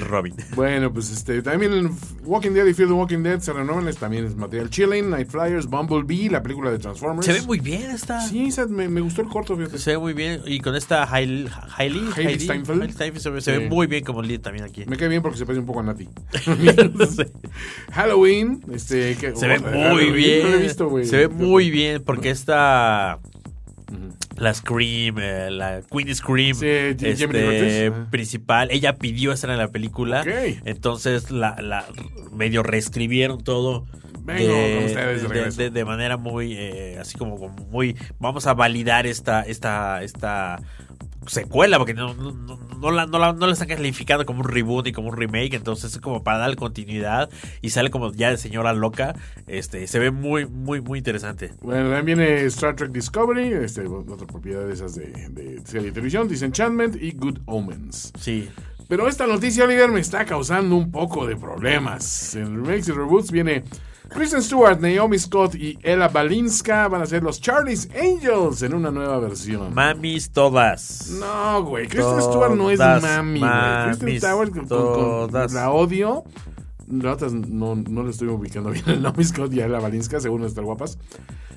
<laughs> Robin. <laughs> Bueno, pues este, también Walking Dead y Fear the Walking Dead se renovan, es- también es material chilling, Night Flyers, Bumblebee, la película de Transformers. Se ve muy bien esta. Sí, esa me, me gustó el corto, fíjate. Se ve muy bien. Y con esta Hailey. Hailey Hailey Steinfeld. se, ve, se ve Sí. muy bien como lead también aquí. Me <laughs> cae bien porque se parece un poco a Nati. <laughs> Sí. Halloween, este, que- Se ve oh, muy Halloween, bien. no lo he visto, güey. Se ve muy bien porque esta. mm, La Scream, eh, la Queen Scream, Sí, Jamie Lee este, Curtis. principal, ella pidió estar en la película, Ok. entonces la, la medio reescribieron todo Vengo con ustedes de regreso. de- de manera muy, eh, así como como muy, vamos a validar esta, esta, esta secuela, porque no, no, no- no la, no, la, no la están calificando como un reboot y como un remake, entonces es como para dar continuidad y sale como ya de señora loca, este, se ve muy, muy, muy interesante. Bueno, también viene Star Trek Discovery, este, otra propiedad de esas de, de serie de televisión, Disenchantment y Good Omens. Sí, Pero esta noticia, Oliver, me está causando un poco de problemas. En remakes y reboots viene Kristen Stewart, Naomi Scott y Ella Balinska van a ser los Charlie's Angels en una nueva versión. mamis todas. no, güey, Kristen Stewart no es Todas mami, güey. Kristen mamis, Stewart con- con- todas. con- la odio. La otra es- no, no le estoy ubicando bien a <laughs> Naomi Scott y a Ella Balinska, según estar guapas.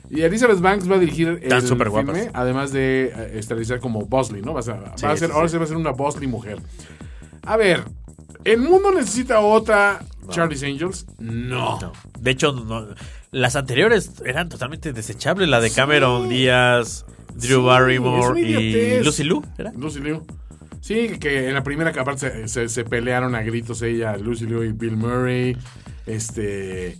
Y Elizabeth Banks va a dirigir el Están filme, superguapas. además de eh, estelarizar como Bosley, ¿no? Vas a- Va a, Sí, ser, sí, ahora sí. se va a ser una Bosley mujer. A ver, ¿el mundo necesita otra Charlie's Angels? No. No. De hecho, no- las anteriores eran totalmente desechables. La de Cameron Díaz, Drew Sí, es Barrymore una y idiotez. Lucy Liu. ¿era? Lucy Liu. Sí, que en la primera que aparte se, se- se pelearon a gritos ella, Lucy Liu y Bill Murray. Este.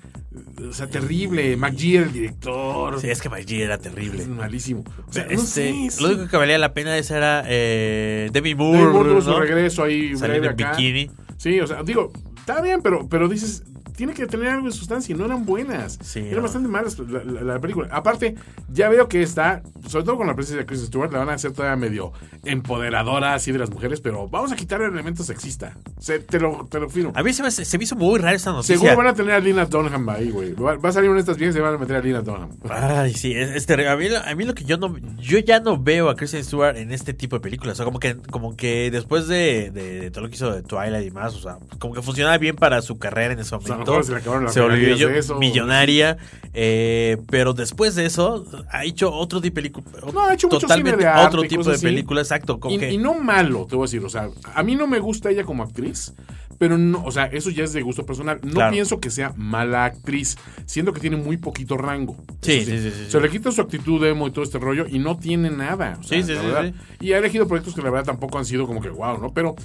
O sea, terrible. McGee, el director. Sí, es que Maggie era terrible. es malísimo. O sea, no Este, sé, Lo sí. único que valía la pena esa era eh, Demi Moore. Dave Moore tuvo su ¿no? regreso ahí Saliendo breve en acá. bikini. Sí, o sea, digo, está bien, pero, pero dices, tiene que tener algo de sustancia y no eran buenas. Sí, eran no. bastante malas la, la- la película. Aparte, ya veo que está, sobre todo con la presencia de Chris Stewart, la van a hacer todavía medio empoderadora así de las mujeres, pero vamos a quitar el elemento sexista. Se- te, lo, te lo firmo. A mí se me, se me hizo muy rara esta noticia. Seguro van a tener a Lina Dunham ahí, güey. Va, va a salir una de estas viejas y van a meter a Lina Dunham. Ay, sí, es, es terrible. A mí, lo- a mí lo que yo no. Yo ya no veo a Kristen Stewart en este tipo de películas. O sea, como que, como que después de, de- de todo lo que hizo de Twilight y más, o sea, como que funcionaba bien para su carrera en ese sea, a lo momento. mejor se le acabaron las volvió regalías yo- de eso. millonaria. eh, pero después de eso, ha hecho otro tipo de películas. Pues No, ha hecho mucho totalmente cine de arte otro y tipo cosas de así. película, exacto. Como y, que. y no malo, te voy a decir. O sea, a mí no me gusta ella como actriz, pero no, o sea, eso ya es de gusto personal. No Claro. pienso que sea mala actriz, siento que tiene muy poquito rango. Sí, Eso sí, sí, sí, sí. Se le quita su actitud emo y todo este rollo y no tiene nada. o sea, Sí, sí, la sí, verdad. Y ha elegido proyectos que la verdad tampoco han sido como que wow, ¿no? Pero.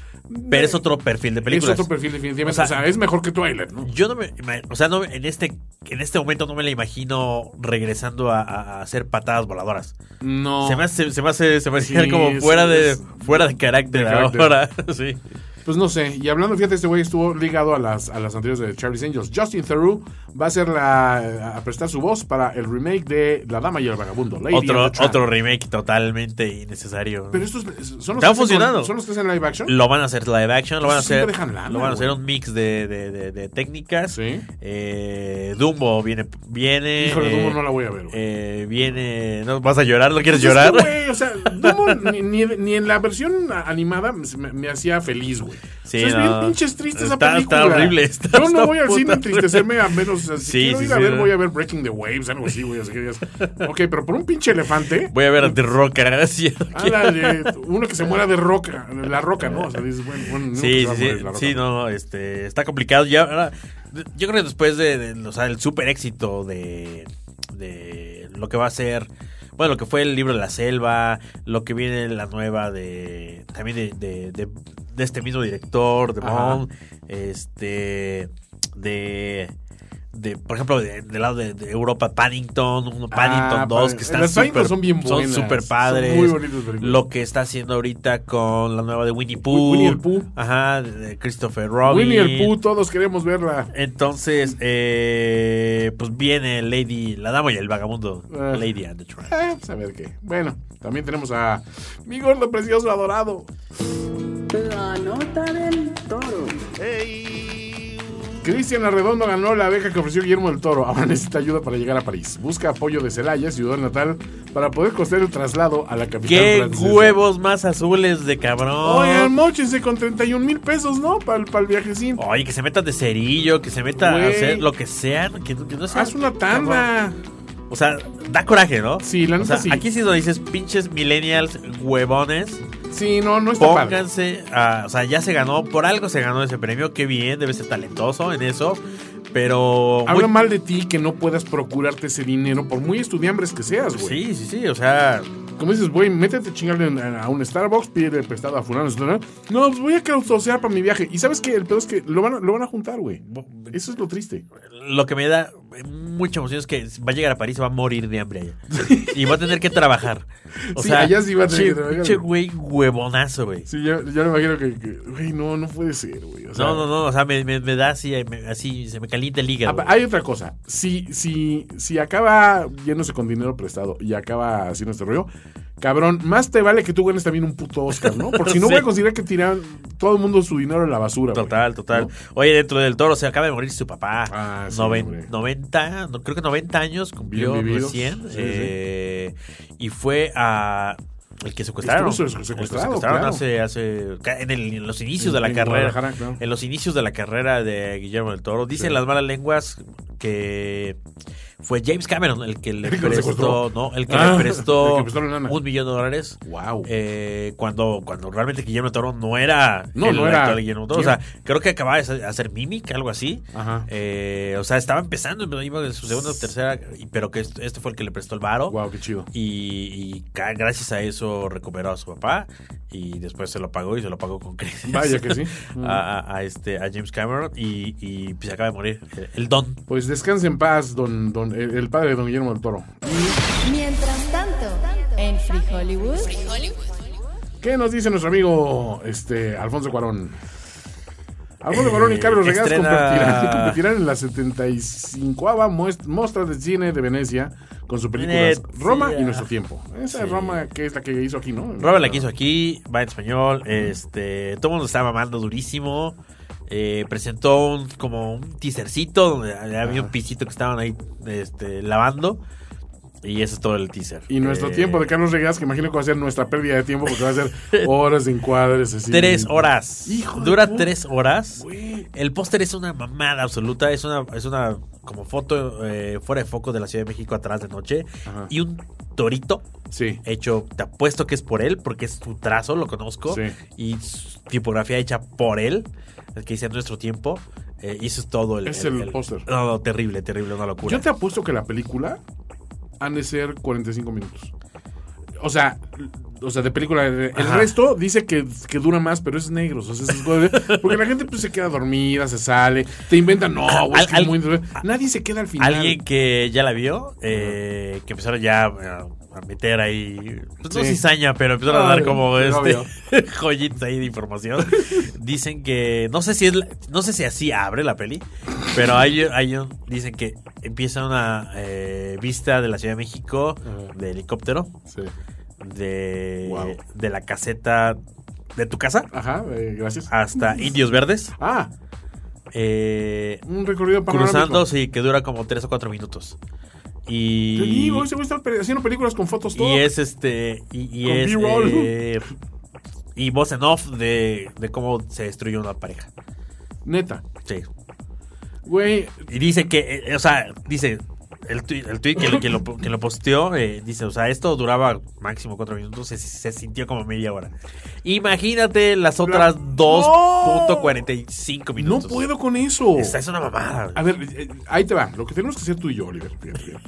pero es otro perfil de Es películas. otro perfil definitivamente. O O sea, sea, es mejor que Twilight, ¿no? Yo no me, me- o sea, no, me- en este, en este momento no me la imagino regresando a, a- a hacer patadas voladoras. No. Se me hace, se me hace, se me hace Sí, <laughs> como es- fuera de, es- fuera de carácter, de carácter. ahora. <laughs> Sí. Pues no sé. Y hablando, fíjate, este güey estuvo ligado a las, a las anteriores de Charlie's Angels. Justin Theroux va a ser la, a prestar su voz para el remake de La Dama y el Vagabundo. Lady Otro, and the Tramp. otro remake totalmente innecesario. Pero estos eh, son los Están que funcionando. hacen- Son los que hacen live action. Lo van a hacer live action, lo van a Siempre hacer. dejan lana, lo van a hacer güey. un mix de, de, de- de técnicas. Sí. Eh, Dumbo viene. viene Híjole, eh, Dumbo no la voy a ver, güey. eh, viene. ¿no? ¿Vas a llorar? ¿No quieres Pues es que, llorar? güey, o sea, Dumbo ni, ni- ni en la versión a- animada me, me hacía feliz, güey. Sí, o sea, es no. bien pinches triste esa Está- película. está horrible, está- Yo está no voy al puta cine a entristecerme a menos. o sea, si Sí, quiero sí, ir a sí, ver, no. voy a ver Breaking the Waves, algo así, güey. Así que digas, ok, pero por un pinche elefante. Voy a ver a The Rocker, <laughs> gracias. ándale, uno que se muera de roca, la roca, ¿no? O sea, dices, bueno, bueno, nunca se Sí, va a sí, sí, morir la roca. sí, no, este, está complicado. Ya, ahora, yo creo que después de, de, o sea, el super éxito de, de lo que va a ser, bueno, lo que fue el libro de la selva, lo que viene la nueva de, también de, de, de- de este mismo director, de Ajá. Bond, este, de... De, por ejemplo, de- del lado de, de Europa, Paddington, uno, Paddington Ah, 2, Paddington. que están Las Paddington súper son bien son buenas, súper son padres. muy bonitas películas. Lo que está haciendo ahorita con la nueva de Winnie Pooh. Winnie el Pooh. Ajá, de- de Christopher Robin. Winnie el Pooh, todos queremos verla. Entonces, eh, pues viene Lady, la dama y el vagabundo. Ah. Lady and the Tramp. Eh, pues a ver qué. Bueno, también tenemos a mi gordo precioso adorado. Cristian Arredondo ganó la beca que ofreció Guillermo del Toro. Ahora necesita ayuda para llegar a París. Busca apoyo de Celaya, ciudad natal, para poder costear el traslado a la capital ¡Qué francesa. huevos más azules de cabrón! Oigan, mochense con 31 mil pesos, ¿no? Para el, viajecín. Oye, que se metan de cerillo, que se meta Güey. a hacer lo que sea. Que, que no sea Haz una tanda. O sea, da coraje, ¿no? Sí, la O neta sea, sí. Aquí sí donde dices, pinches millennials, huevones. Sí, no, no está padre. Pónganse, a- o sea, ya se ganó, por algo se ganó ese premio, qué bien, debe ser talentoso en eso, pero... muy- Habla mal de ti que no puedas procurarte ese dinero, por muy estudiambres que seas, güey. Sí, sí, sí, o sea, Como dices, güey, métete a chingarle en- a un Starbucks, pide prestado a fulano, etcétera. No, pues voy a crowdsourcear para mi viaje. Y sabes que el pedo es que lo van a, lo van a juntar, güey. Eso es lo triste. lo que me da mucha emoción es que va a llegar a París y va a morir de hambre allá. y va a tener que trabajar. O Sí, sea, allá sí va a tener che- que trabajar. che güey, huevonazo, güey. Sí, yo, yo me imagino que, que, güey, no, no puede ser, güey. O sea, no, no, no, o sea, me, me- me da así, me- así, se me calienta el hígado. apa- Ah, Hay otra cosa. Si, si, si acaba yéndose con dinero prestado y acaba haciendo este rollo, cabrón, más te vale que tú ganes también un puto Oscar, ¿no? <laughs> Porque si no Sí. voy a considerar que tiran todo el mundo su dinero a la basura. güey. Total, total. ¿No? Oye, dentro del toro se acaba de morir su papá. Ah, sí, Noven- hombre. 90, no, creo que 90 años cumplió Bien vividos. recién. Sí, sí. eh, Y fue a. El que secuestraron. Estuvo se- El que secuestrado, claro. hace, hace- ca- en, el- en los inicios de la En carrera. Guadalajara, claro. En los inicios de la carrera de Guillermo del Toro. Dicen Sí. las malas lenguas que fue James Cameron el que <laughs> le El que lo secuestró. prestó, ¿no? El que Ah, le el prestó que prestó la lana. un millón de dólares. Wow. Eh, cuando, cuando realmente Guillermo Toro no era No, el no era actual Guillermo Toro. O sea, creo que acababa de hacer- hacer Mimic, algo así. Ajá. Eh, o sea, estaba empezando, pero iba en su segunda o tercera, y- pero que este, este fue el que le prestó el varo. wow, qué chido. Y, y ca- gracias a eso recuperó a su papá y después se lo pagó y se lo pagó con creces. Vaya que sí. <laughs> A, a- a este, a James Cameron y, y pues, se acaba de morir. El, el don. Pues descanse en paz, don, don, el, el padre de don Guillermo del Toro. Mientras tanto, en Free Hollywood. ¿Qué nos dice nuestro amigo este Alfonso Cuarón? Alfonso Cuarón y Carlos Eh, Regas estrena- competirán, competirán en la 75 muestra de cine de Venecia con sus películas Venecia. Roma y Nuestro Tiempo. Esa ah, Sí. es Roma que es la que hizo aquí, ¿no? Robert la quiso aquí, va en español, este, todo el mundo está mamando durísimo. eh, presentó un, como un teasercito donde había un pisito que estaban ahí este, lavando. Y eso es todo el teaser. Y Nuestro Eh, Tiempo de Carlos Regas, que imagino que va a ser nuestra pérdida de tiempo porque va a <laughs> ser horas de encuadres. Así. Tres horas. Hijo de Dura puta. tres horas. Güey. El póster es una mamada absoluta. Es una, es una como foto eh, fuera de foco de la Ciudad de México atrás de noche. Ajá. Y un torito Sí. hecho, te apuesto que es por él, porque es su trazo, lo conozco. Sí. Y su tipografía hecha por él, el que dice nuestro tiempo. eh, y eso es todo el. Es el póster. No, no, terrible, terrible, una locura. Yo te apuesto que la película han de ser 45 minutos. O sea, o sea, de película. El Ajá. resto dice que, que dura más, pero es negro. O sea, esas cosas- porque la gente pues, se queda dormida, se sale, te inventan. No, güey, es que Al- es muy- al- Nadie se queda al final. Alguien que ya la vio, eh, que empezaron ya eh, a meter ahí, pues no Sí. cizaña, pero empezaron a dar Ay, como obvio. este <laughs> joyitas ahí de información. Dicen que, no sé si es, la- no sé si así abre la peli, pero hay, hay un- dicen que empieza una eh, vista de la Ciudad de México Ajá. de helicóptero, Sí. de, Wow. de la caseta de tu casa Ajá, eh, gracias. hasta Indios Verdes. Ah, Eh, un recorrido panorámico. cruzando, sí, que dura como 3 o 4 minutos. Y, Te digo, ese güey está pe- haciendo películas con fotos todo. y es este. Y, y Con es. B-roll. eh, y voz en off de, de cómo se destruyó una pareja. Neta. Sí. Güey, Y dice que, eh, o sea, dice el tweet, el tweet que, lo- que lo, que lo posteó, eh, dice, o sea, esto duraba máximo cuatro minutos, se, se sintió como media hora. Imagínate las otras 2.45 no minutos. puedo con eso. Esta es una mamada. A ver, eh, ahí te va. Lo que tenemos que hacer tú y yo, Oliver, fíjate bien,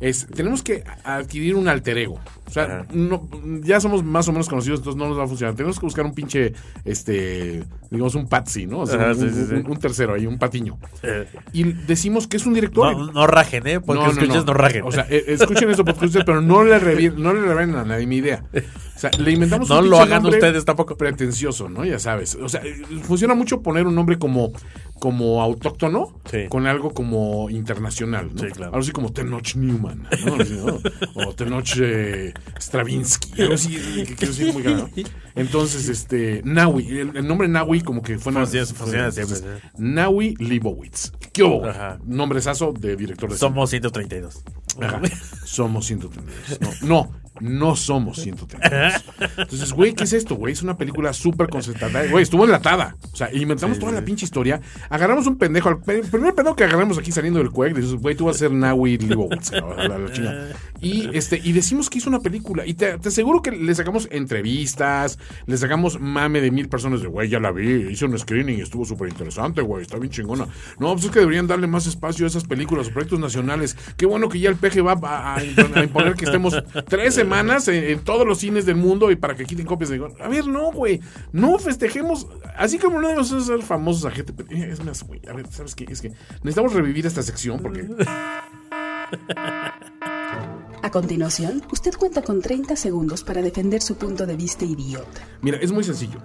es tenemos que adquirir un alter ego. O sea, Ajá. no- ya somos más o menos conocidos, entonces no nos va a funcionar. Tenemos que buscar un pinche, este, digamos, un patsy, ¿no? O sea, Ajá, un, sí, sí, sí. un- un tercero ahí, un patiño. Eh, Y decimos que es un director. No, no rajen, ¿eh? Porque escuches, no, rajen. O sea, eh, escuchen esto porque ustedes, pero no le, revi- no le revelen a nadie mi idea. O sea, le inventamos No lo pinche hagan nombre ustedes tampoco. Pretencioso, ¿no? Ya sabes. O sea, eh, funciona mucho poner un nombre como, como autóctono Sí. con algo como internacional, ¿no? Sí, claro. Algo así como Tenoch Newman, ¿no? Así, ¿no? O Tenoch eh, Stravinsky. Algo así eh, que quiero decir muy claro. Entonces, este, Nawi. El, el nombre Nawi como que fue... una- Funciona- funciona entonces, siempre, sí. Nawi Leibowitz. ¿Qué hubo? Ajá. Nombrezazo de director de Somos 132. Pues Ajá. Somos 132. No, no, no somos 132. Entonces, güey, ¿qué es esto, güey? Es una película súper concentrada. Güey, estuvo enlatada. O sea, inventamos toda la pinche historia. Agarramos un pendejo. al pe- El primer pendejo que agarramos aquí saliendo del cuec, dices, güey, tú vas a ser Nawi Leibowitz. a la- a la- a la chingada. Y, este, y decimos que hizo una película. Y te, te aseguro que le sacamos entrevistas, le sacamos mame de mil personas de, güey, ya la vi, hice un screening y estuvo súper interesante, güey, está bien chingona. No, pues es que deberían darle más espacio a esas películas, a proyectos nacionales. Qué bueno que ya el PG va a, a- a imponer que estemos tres semanas en, en todos los cines del mundo y para que quiten copias. Digo, a ver, no, güey, no festejemos. Así como no debemos ser famosos a gente. pe- eh, Es más, güey, a ver, ¿sabes qué? Es que necesitamos revivir esta sección porque. A continuación, usted cuenta con 30 segundos para defender su punto de vista idiota. Mira, es muy sencillo.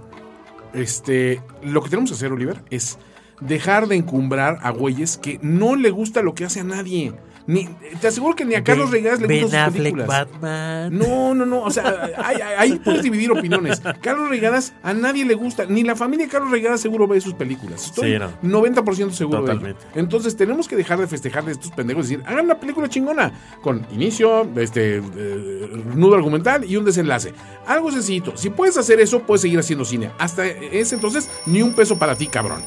Este, lo que tenemos que hacer, Oliver, es dejar de encumbrar a güeyes que no le gusta lo que hace a nadie. Ni, te aseguro que ni a Carlos Reigas le Ben gustan sus Affleck, películas. Batman. No, no, no. O sea, hay- hay- ahí puedes dividir opiniones. Carlos Reigadas a nadie le gusta. Ni la familia de Carlos Reigadas seguro ve sus películas. Estoy Sí, no. 90% seguro Totalmente. de ello. Entonces tenemos que dejar de festejar de estos pendejos y decir, hagan una película chingona. Con inicio, este, eh, nudo argumental y un desenlace. Algo sencillito. Si puedes hacer eso, puedes seguir haciendo cine. Hasta ese entonces, ni un peso para ti, cabrón.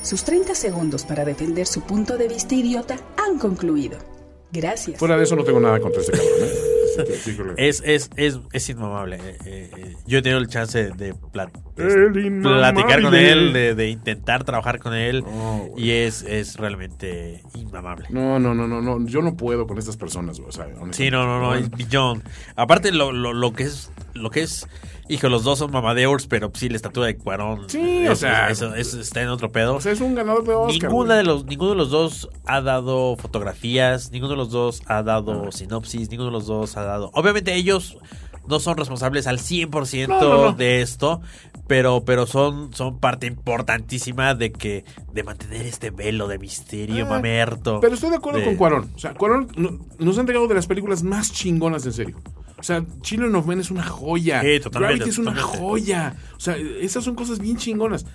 Sus 30 segundos para defender su punto de vista idiota han concluido. Gracias. Fuera de eso, no tengo nada contra este cabrón. <laughs> ¿eh? Sí, sí, sí, creo que- Es, es, es, es inmamable. eh, eh, eh, Yo he tenido el chance de, de plat- este, El platicar con inmamable. él, de, de intentar trabajar con él. No, güey. y es, es realmente inmamable. No, no, no, no, no. Yo no puedo con estas personas, güey. O sea, honestamente. Sí, no, no, no, es billón. Aparte, lo, lo, lo que es. lo que es Hijo, los dos son mamadeurs, pero sí, la estatua de Cuarón. Sí, o es- sea, es- eso- eso está en otro pedo. O sea, es un ganador de Oscar. Ninguna güey. de los, ninguno de los dos ha dado fotografías, ninguno de los dos ha dado sinopsis, ninguno de los dos ha dado... Obviamente ellos no son responsables al 100% No, no, no. de esto, pero, pero son, son parte importantísima de que de mantener este velo de misterio Ah, mamerto. Pero estoy de acuerdo de- con Cuarón. O sea, Cuarón no- nos ha entregado de las películas más chingonas, en serio. O sea, Children of Men es una joya. Sí, totalmente, Gravity es una totalmente. joya. O sea, esas son cosas bien chingonas.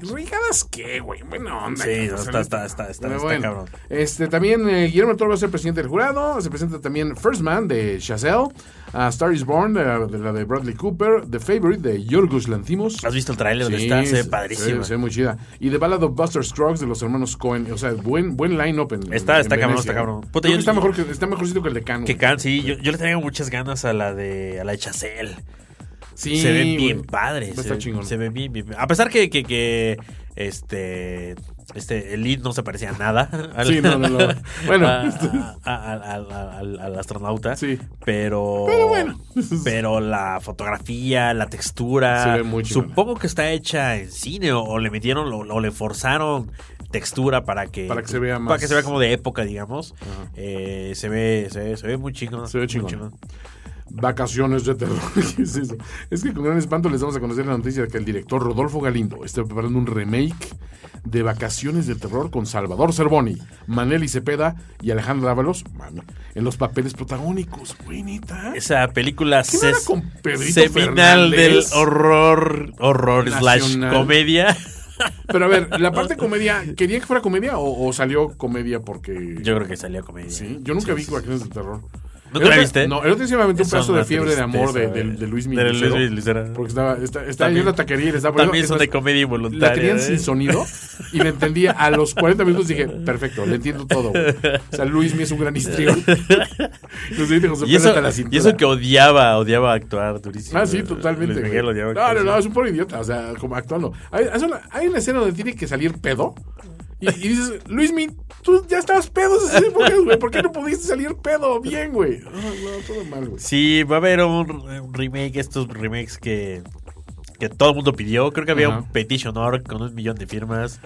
¿Rigadas qué, güey? Buena onda. Sí, cabrón. no, O sea, está- está- está- está- pero está cabrón. Este, también eh, Guillermo del Toro va a ser presidente del jurado. Se presenta también First Man de Chazelle. A Star is Born, de, de la de Bradley Cooper. The Favorite de Yorgos Lanthimos. ¿Has visto el tráiler? Sí, está, se ve se- padrísima. Se, ve muy chida. Y de Ballad of Buster Scruggs de los hermanos Cohen. O sea, buen, buen line-up en. Está- en está cabrón, Venecia. está cabrón. Puta, Creo que yo- está, mejor que, está mejorcito que el de Cano. Que can, sí, yo, yo le tengo muchas ganas a la de a la de Chazelle. Sí, se ven güey. bien padres. Va a estar chingón. Se ven bien, bien. A pesar que, que, que, este, este, el lead no se parecía a nada. <laughs> al- Sí, no, no, no. Bueno. <laughs> a- a- a- al- al- al astronauta. Sí. Pero. Pero bueno. <laughs> Pero la fotografía, la textura. Se ve muy chingona. Supongo que está hecha en cine o, o le metieron o, o le forzaron textura para que. Para que se vea más- Para que se vea como de época, digamos. Eh, se, ve, se, ve, se ve muy chingón. Se ve muy chingón. Vacaciones de terror. <laughs> ¿Qué es eso? Es que con gran espanto les damos a conocer la noticia de que el director Rodolfo Galindo está preparando un remake de Vacaciones de terror con Salvador Cervoni, Maneli Cepeda y Alejandra Ábalos, mami, en los papeles protagónicos. Güey, neta. Esa película ¿Qué no era ses- con Pedrito seminal del Fernández? horror, horror slash Nacional. comedia. Pero a ver, la parte comedia, ¿querían que fuera comedia o, o salió comedia porque. Yo creo que salió comedia. Sí, yo nunca vi Vaqueros del Terror. El ¿Nunca otro- la viste? No, el otro día se me aventó un Es pedazo una de fiebre de amor de, tristeza, eh. de- de Luis de Miguel. Luis Miguel Lucero. Porque estaba, está, estaba También- yo en la taquería y le estaba También son de entonces, comedia involuntaria. La tenían sin ¿eh? <laughs> sonido y me entendía. A los 40 minutos dije, perfecto, le entiendo todo. güey. O sea, Luis Miguel es un gran histrión. <laughs> Los dientes con su Y pelo eso, hasta la y cintura. eso que odiaba, odiaba actuar durísimo. Ah, sí, Luis totalmente. güey. Miguel odiaba no, actuar. no, no, es un pobre idiota, o sea, como actuando. Hay, hay una, hay una escena donde tiene que salir pedo. Y, y dices, Luis, tú ya estabas pedo esas épocas, güey. ¿Por qué no pudiste salir pedo bien, güey? No, no, todo mal, güey. Sí, va a haber un, un remake, estos remakes que, que todo el mundo pidió. Creo que había Ajá. un petition org con un millón de firmas.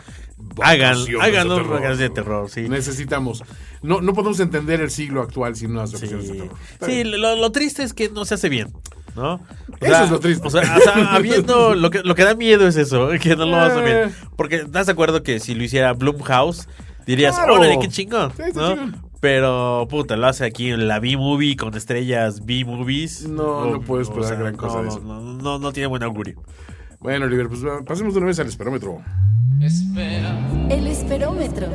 Hagan, Vacaciones hagan de los terror. vacaciones de terror, sí. Necesitamos. No, no podemos entender el siglo actual sin unas Sí, opciones de terror. Está Sí, bien. lo, lo triste es que no se hace bien, ¿no? O Eso es lo triste. O sea, <laughs> o sea, habiendo, lo que, lo que da miedo es eso, <laughs> que no lo hacen Eh. bien. Porque estás de acuerdo que si lo hiciera Blumhouse, dirías, Claro. órale, qué chingón, Sí, está ¿no? chingón. Pero, puta, lo hace aquí en la B-Movie con estrellas B-Movies. No, no puedo esperar gran cosa no, pues, de eso. No, no, no tiene buen augurio. Bueno, Oliver, pues va, pasemos de una vez al esperómetro. El esperómetro.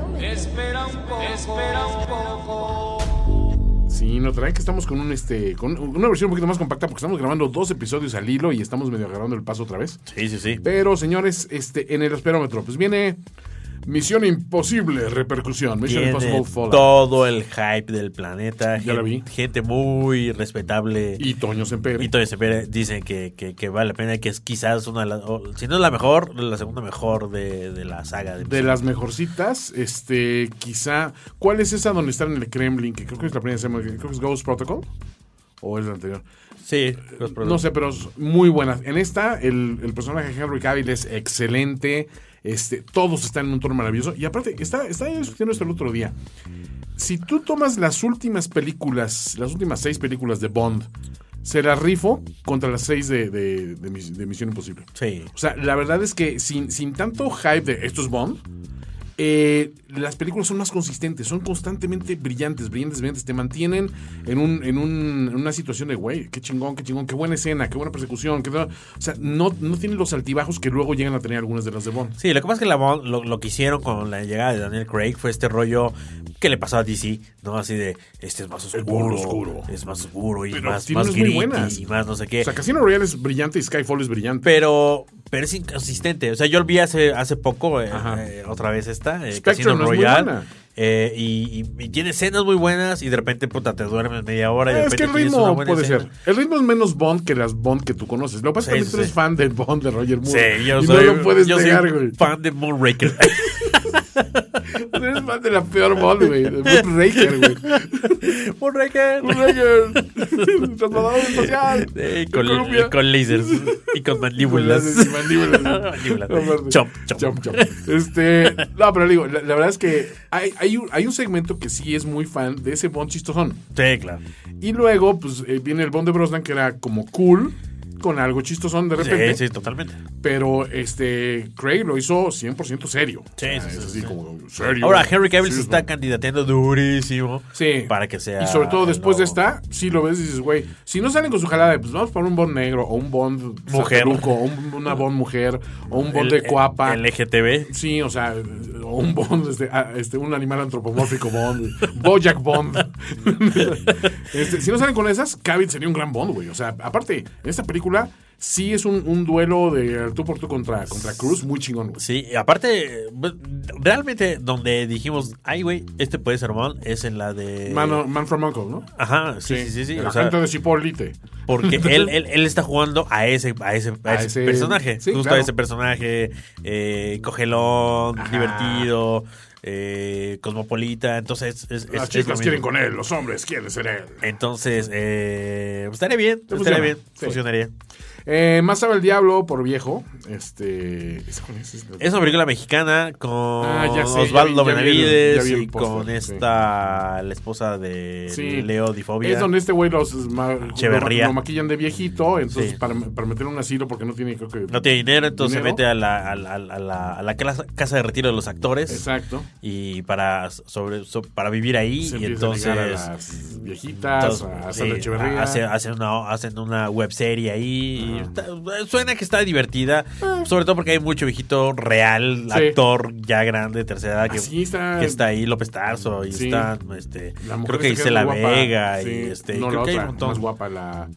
Sí, no traen que estamos con un este con una versión un poquito más compacta porque estamos grabando dos episodios al hilo y estamos medio agarrando el paso otra vez. Sí, sí, sí. Pero, señores, este, en el esperómetro, pues viene Misión Imposible, repercusión. Mission Tiene Impossible Fallout. todo el hype del planeta. Ya gen- la vi. Gente muy respetable. Y Toño Semper. Y Toño Cepeda dice que, que, que vale la pena, que es quizás una de las, o, si no es la mejor, la segunda mejor de, de la saga. De, de las mejorcitas, este, quizá. ¿Cuál es esa donde están en el Kremlin? Que creo que es la primera semana. Creo que es Ghost Protocol. ¿O es la anterior? sí, los Eh, No sé, pero es muy buena. En esta, el, el personaje de Henry Cavill es excelente. Este, todos están en un tono maravilloso. Y aparte, está, está discutiendo esto el otro día. Si tú tomas las últimas películas, las últimas seis películas de Bond, se las rifo contra las seis de, de- de Mis- de Misión Imposible. Sí. O sea, la verdad es que sin, sin tanto hype de esto es Bond, eh, las películas son más consistentes, son constantemente brillantes, brillantes, brillantes. Te mantienen en, un, en, un- en una situación de, güey, qué chingón, qué chingón, qué buena escena, qué buena persecución. Qué, o sea, no, no tienen los altibajos que luego llegan a tener algunas de las de Bond. Sí, lo que pasa es que la Bond- lo, lo que hicieron con la llegada de Daniel Craig fue este rollo que le pasó a DC, ¿no? Así de, este es más oscuro, más oscuro. es más oscuro y Pero más, tiene más unas muy gritty buenas. y más no sé qué. O sea, Casino Royale es brillante y Skyfall es brillante. pero, pero es inconsistente. O sea, yo vi hace, hace poco, eh, Ajá. eh, otra vez esta, eh, Spectrum Casino es muy Royale. buena. eh, y, y- y tiene escenas muy buenas y de repente, puta, te duermes media hora y de es que repente el tienes una ritmo buena puede escena. ser. El ritmo es menos Bond que las Bond que tú conoces. Lo que pasa es que también Sí, sí, tú eres sí. fan de Bond de Roger Moore. Sí, yo y soy, no lo puedes yo soy negar, güey. fan <laughs> de Moonraker. Tú eres fan de la peor Bond, güey. De Moonraker, güey. <laughs> Moonraker. Un Ranger <laughs> trasladado <laughs> espacial. Eh, de con, Colombia. con lasers y con mandíbulas. Con las- mandíbulas. <laughs> Mandíbulas. Aparte. Chomp, chomp. Chomp, chomp. Este, no, pero digo, la, la verdad es que hay, hay, un, hay un segmento que sí es muy fan de ese Bond chistosón. Sí, claro. Y luego, pues eh, viene el Bond de Brosnan que era como cool, con algo chistosón de repente. Sí, sí, totalmente. Pero este, Craig lo hizo 100% serio. Sí, sí, es sí, así sí. como serio. Ahora, Henry Cavill se Serious está Bond. candidateando durísimo Sí. para que sea. Y sobre todo después de el nuevo. esta, sí lo ves y dices, güey, si no salen con su jalada de, pues vamos por un bond negro, o un bond Mujer. sateluco, o un- una bond mujer, o un bond El- e- de cuapa. El LGTB. Sí, o sea, o un bond, este, ah, este, un animal antropomórfico bond, Bojack <laughs> bond. Este, si no salen con esas, Cavit sería un gran bond, güey. O sea, aparte, en esta película sí es un, un duelo de tú por tú contra, contra Cruz muy chingón, güey. Sí, y aparte, pues, realmente donde dijimos, ay, güey, este puede ser mal, es en la de. Mano- Man from Uncle, ¿no? Ajá, sí, sí, sí. sí, El o sea, agente de Cipolite. <laughs> Porque él, él, él está jugando a ese, a ese, a A ese ese- personaje. Ah, sí, justo claro. a ese personaje. Eh, cogelón, Ajá. divertido, eh, cosmopolita. Entonces, es, es- Las Este, es lo chicas mismo. quieren con él, los hombres quieren ser él. Entonces, eh, pues, estaría bien, Te estaría funciona, bien, sí. funcionaría. Eh, más sabe el diablo por viejo. Este. ¿esa cuál es? Es una película mexicana con Ah, ya sé, Osvaldo ya vi- ya vi el- Benavides ya vi el y póster, con sí. esta, la esposa de Sí. Leo Difobia. Es donde este güey los ma- Echeverría. Mm, lo, lo maquillan de viejito, entonces Sí. para, para meterlo en un asilo porque no tiene creo que No tiene dinero, entonces se ¿Dinero? mete a la, a la, a la- a la- a la clase- casa de retiro de los actores. Exacto. y para sobre so- para vivir ahí Se empieza y a entonces ligar a las viejitas, a entonces, Sandra sí, Echeverría. hace- hacen una hacen una web serie ahí Ajá. y Ah. está- suena que está divertida Sobre todo porque hay mucho viejito real, Sí. actor ya grande, de tercera edad, que, Así está. que está ahí, López Tarso, y Sí. está, este, La mujer creo que esta es Isela muy guapa. Vega, Sí. y este, no, creo la que hay otra, un montón. Más guapa la.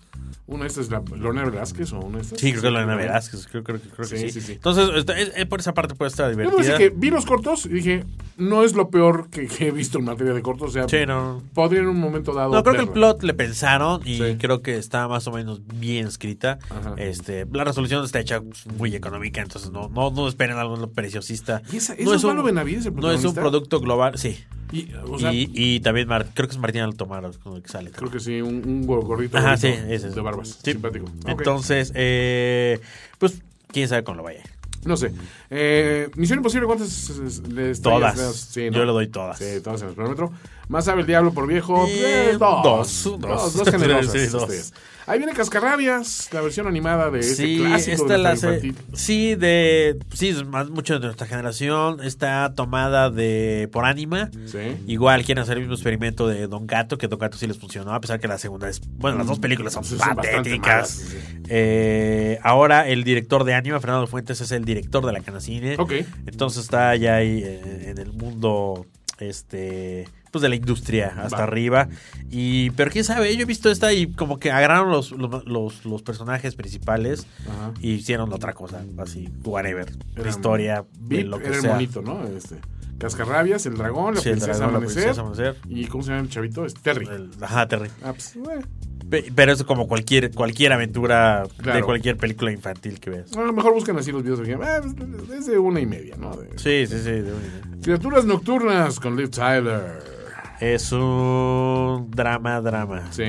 Una de estas es la Lorena Velázquez o una de estas. Sí, creo que la Ana ¿no? Velázquez, creo, creo, creo que Sí, sí, sí. sí. Entonces, está- es- es por esa parte puede estar Yo divertida. pensé que vi los cortos y dije, no es lo peor que, que he visto en materia de cortos. O sea, Sí, no. podría en un momento dado. No, creo que el verla. plot le pensaron y Sí. creo que está más o menos bien escrita. Este, la resolución está hecha muy económica, entonces no, no, no esperen algo preciosista. ¿Y esa- no es Osvaldo Benavides el No es un protagonista? producto global, sí. Y, o sea, y, y también Mar- creo que es Martín Altomaro con el que sale. creo que sí, un, un gor- gordito. Ajá, sí, bonito, ese es. De barbas. Sí. Simpático. Ok. Entonces, eh, pues, quién sabe cómo lo vaya. No sé. Eh, Misión Imposible, ¿cuántas es- le estrellas Todas. le das? Sí, Yo le doy todas. Sí, todas en el cronómetro. Más sabe el diablo por viejo. Eh, eh, dos. dos, Dos, dos. dos generosas <laughs> Sí, dos. estrellas. Ahí viene Cascarrabias, la versión animada de este Sí, clásico esta de la la hace- infantil. sí, de, sí, es más mucho de nuestra generación, está tomada de por ánima. Sí. Igual quieren hacer el mismo experimento de Don Gato, que Don Gato sí les funcionó, a pesar que la segunda es, bueno, las dos películas son Mm, Sí, son bastante malas, patéticas. sí, sí. Eh, ahora el director de Anima, Fernando Fuentes, es el director de la Canacine. Ok. Entonces está ya ahí eh, en el mundo este pues de la industria hasta Va. arriba. Y pero quién sabe, yo he visto esta y como que agarraron los, los, los- los personajes principales Ajá. y hicieron otra cosa, así whatever, Era- historia de Vip lo que era el sea. monito, ¿no? Este, Cascarrabias, el dragón, la, Sí, el princesa, dragón, la amanecer, princesa amanecer. ¿Y cómo se llama el chavito? Es Terry. El- ajá, Terry. Ah, pues, eh. Pe- Pero es como cualquier cualquier aventura de Claro. cualquier película infantil que veas. A lo mejor buscan así los videos. porque, ah, pues, es de una y media, ¿no? De- Sí, sí, sí. de una idea. Criaturas nocturnas con Liv Tyler. Es un drama, drama. Sí,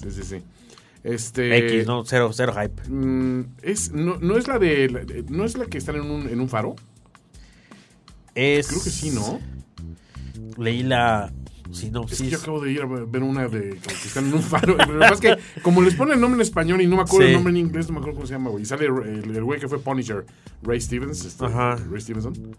sí, sí, sí. Este. X, no, cero, cero hype. mm, es, no, no es la de. la- No es la que están en un, en un faro. Es, Creo que sí, ¿no? Leí la Es que sinopsis. yo acabo de ir a ver una de como que están en un faro. Pero lo que pasa es que, como les pone el nombre en español y no me acuerdo Sí. el nombre en inglés, no me acuerdo cómo se llama, güey. Y sale el el güey que fue Punisher, Ray Stevens. este, Ajá. Ray Stevenson.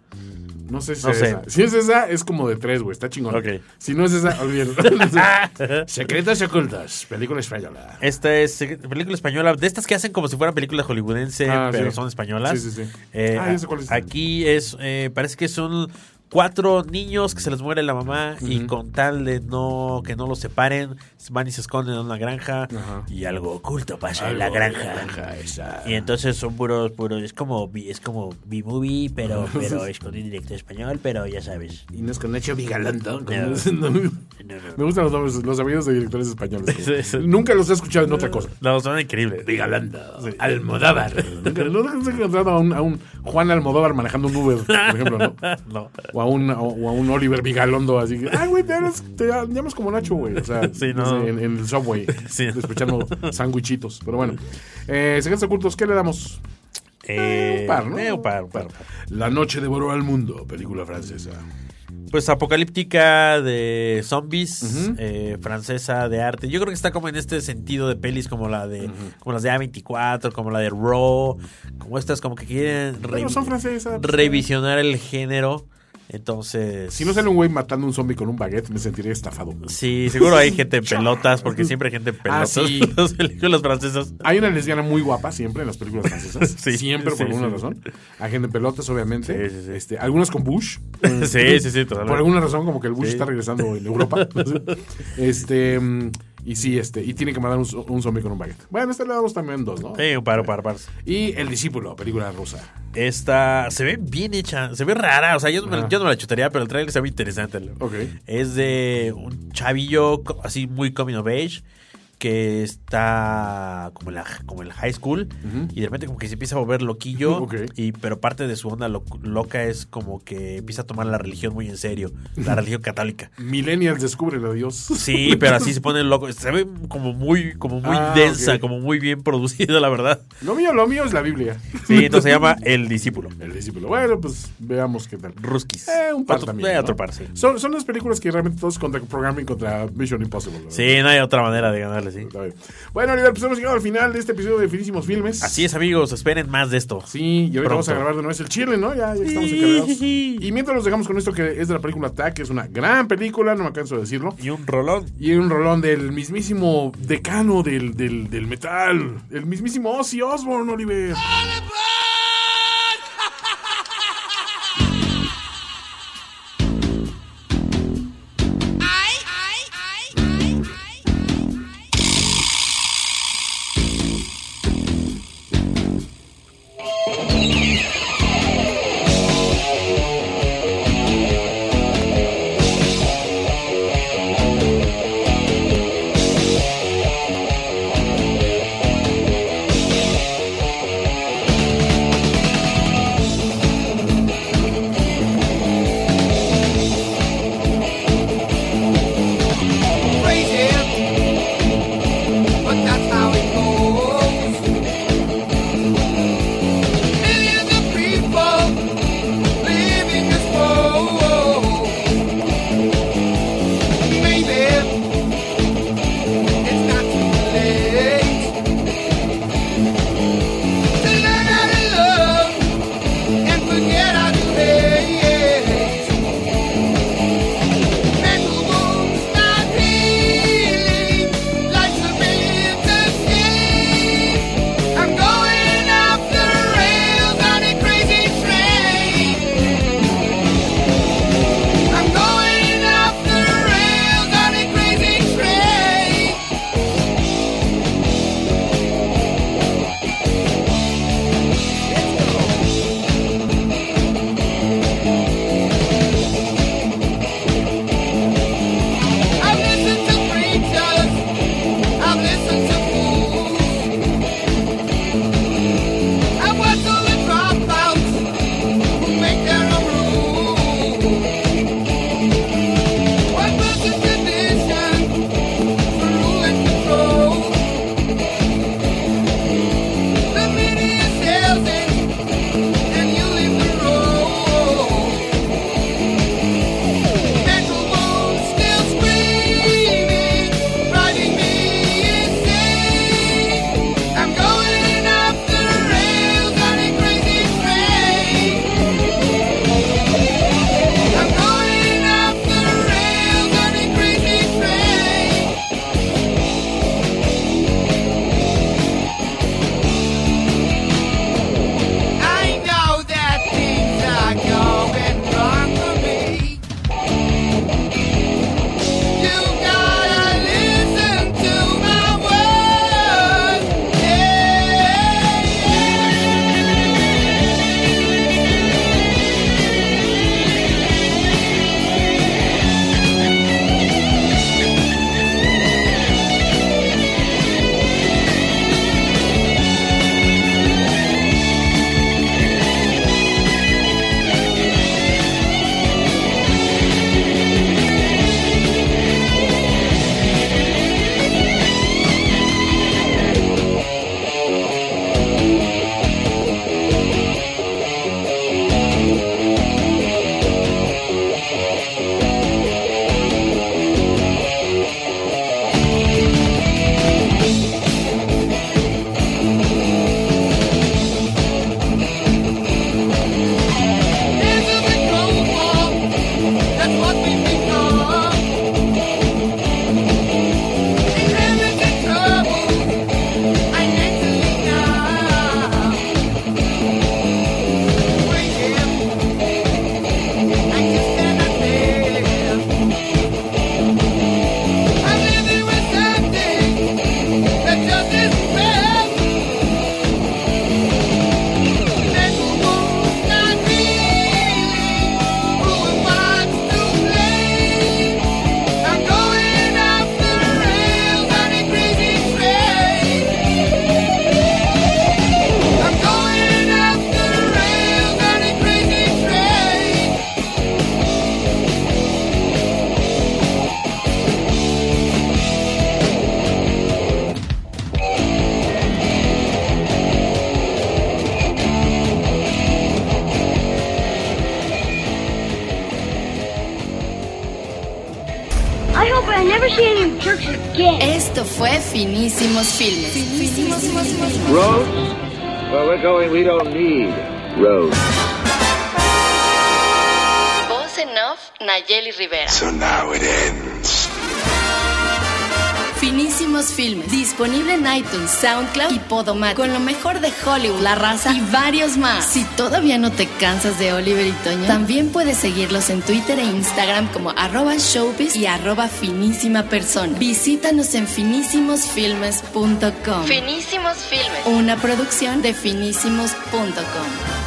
No sé si No es sé. esa. Si es esa, es como de tres, güey. Está chingón. Ok. Si no es esa, <laughs> olvídalo. <laughs> Secretos ocultos, película española. Esta es eh, película española, de estas que hacen como si fueran películas hollywoodense, Ah, pero sí. son españolas. Sí, sí, sí. Eh, Ah, ya sé cuál es. Aquí es, eh, parece que son cuatro niños que se les muere la mamá y con tal de no que no los separen, van y se esconden en una granja y algo oculto pasa en la Algo granja. esa. Y entonces son puros, puros, es como, B- es como B-movie, <laughs> pero, pero es con un director español, pero ya sabes. Y no es con Nacho Vigalondo. con- <laughs> no. No. No, no, Me gustan los nombres, los apellidos de directores españoles. <laughs> Sí, sí. Nunca los he escuchado en otra cosa. No, son increíbles. Vigalondo, Almodóvar. Nunca nunca he encontrado a un, a un Juan Almodóvar manejando un Uber, por ejemplo, ¿no? <laughs> No. O a un, o, o a un Oliver Vigalondo, así que, ah, güey, te, hablas- te llamas como Nacho, güey. O sea, <laughs> Sí, no. en, en el subway, <laughs> Sí. despechando sanguichitos. Pero bueno, eh, secretos ocultos, ¿qué le damos? Eh, un par, ¿no? eh, un par, un par, un par. La noche devoró al mundo, película francesa. Pues apocalíptica de zombies, eh, francesa de arte. Yo creo que está como en este sentido de pelis como la de como las de A24, como la de Raw, como estas como que quieren Bueno, revi- son francesas. revisionar el género. Entonces, Si no sale un güey matando a un zombie con un baguette, me sentiría estafado. sí, seguro hay <laughs> gente en pelotas porque siempre hay gente en Ah, pelotas sí. en las películas francesas. Hay una lesbiana muy guapa siempre en las películas francesas. <laughs> Sí, siempre, por sí, alguna sí. razón. Hay gente en pelotas, obviamente. Sí, sí, sí. Este, algunas con Bush. <laughs> Sí, sí, sí, totalmente. Por alguna razón, como que el Bush Sí. está regresando en <laughs> Europa. este. mm, Y sí, este. Y tiene que mandar un, zo- un zombie con un baguette. Bueno, este le damos también dos, ¿no? Sí, un par, un par, un par. Y El Discípulo, película rusa. Esta se ve bien hecha, se ve rara. O sea, yo, no me- yo no me la chutaría, pero el trailer se ve interesante. Ah. Ok. Es de un chavillo co- así muy coming of age que está como en, la, como en el high school y de repente como que se empieza a volver loquillo. <laughs> Ok. Y, pero parte de su onda lo- loca es como que empieza a tomar la religión muy en serio, <laughs> la religión católica. Millennials descubre a Dios. Sí, pero así se pone loco. Se ve como muy, como muy Ah, densa, ok. como muy bien <laughs> producida, la verdad. <laughs> Lo mío, lo mío es la Biblia. Sí, entonces se llama El Discípulo. El Discípulo. Bueno, pues veamos qué tal. Ruskis. Eh, un par otro, también. eh, ¿no? otro par, sí. Son, son las películas que realmente todos contra programming contra Mission Impossible. ¿no? Sí, no hay otra manera de ganarle, sí. Está bien. Bueno, Oliver, pues hemos llegado al final de este episodio de Finísimos Filmes. Así es, amigos, esperen más de esto. Sí, y ahorita Pronto. vamos a grabar de nuevo es el chile, ¿no? Ya, ya estamos Sí, encargados. sí, sí. Y mientras los dejamos con esto que es de la película Attack, que es una gran película, no me canso de decirlo. Y un rolón. Y un rolón del mismísimo decano del, del, del metal, el mismísimo Ozzy Osbourne, Oliver. Esto fue Finísimos Filmes. Finísimos, Filmes. Roads? Well, we're going, we don't need roads. Voz en off, Nayeli Rivera. So now it ends. Finísimos Filmes. Disponible en iTunes, SoundCloud y Podomat. Con lo mejor de Hollywood, La Raza y varios más. Si todavía no te cansas de Oliver y Toño, también puedes seguirlos en Twitter e Instagram como arroba showbiz y arroba finísima persona. Visítanos en finísimosfilmes.com. Finísimos Filmes. Una producción de finísimos.com.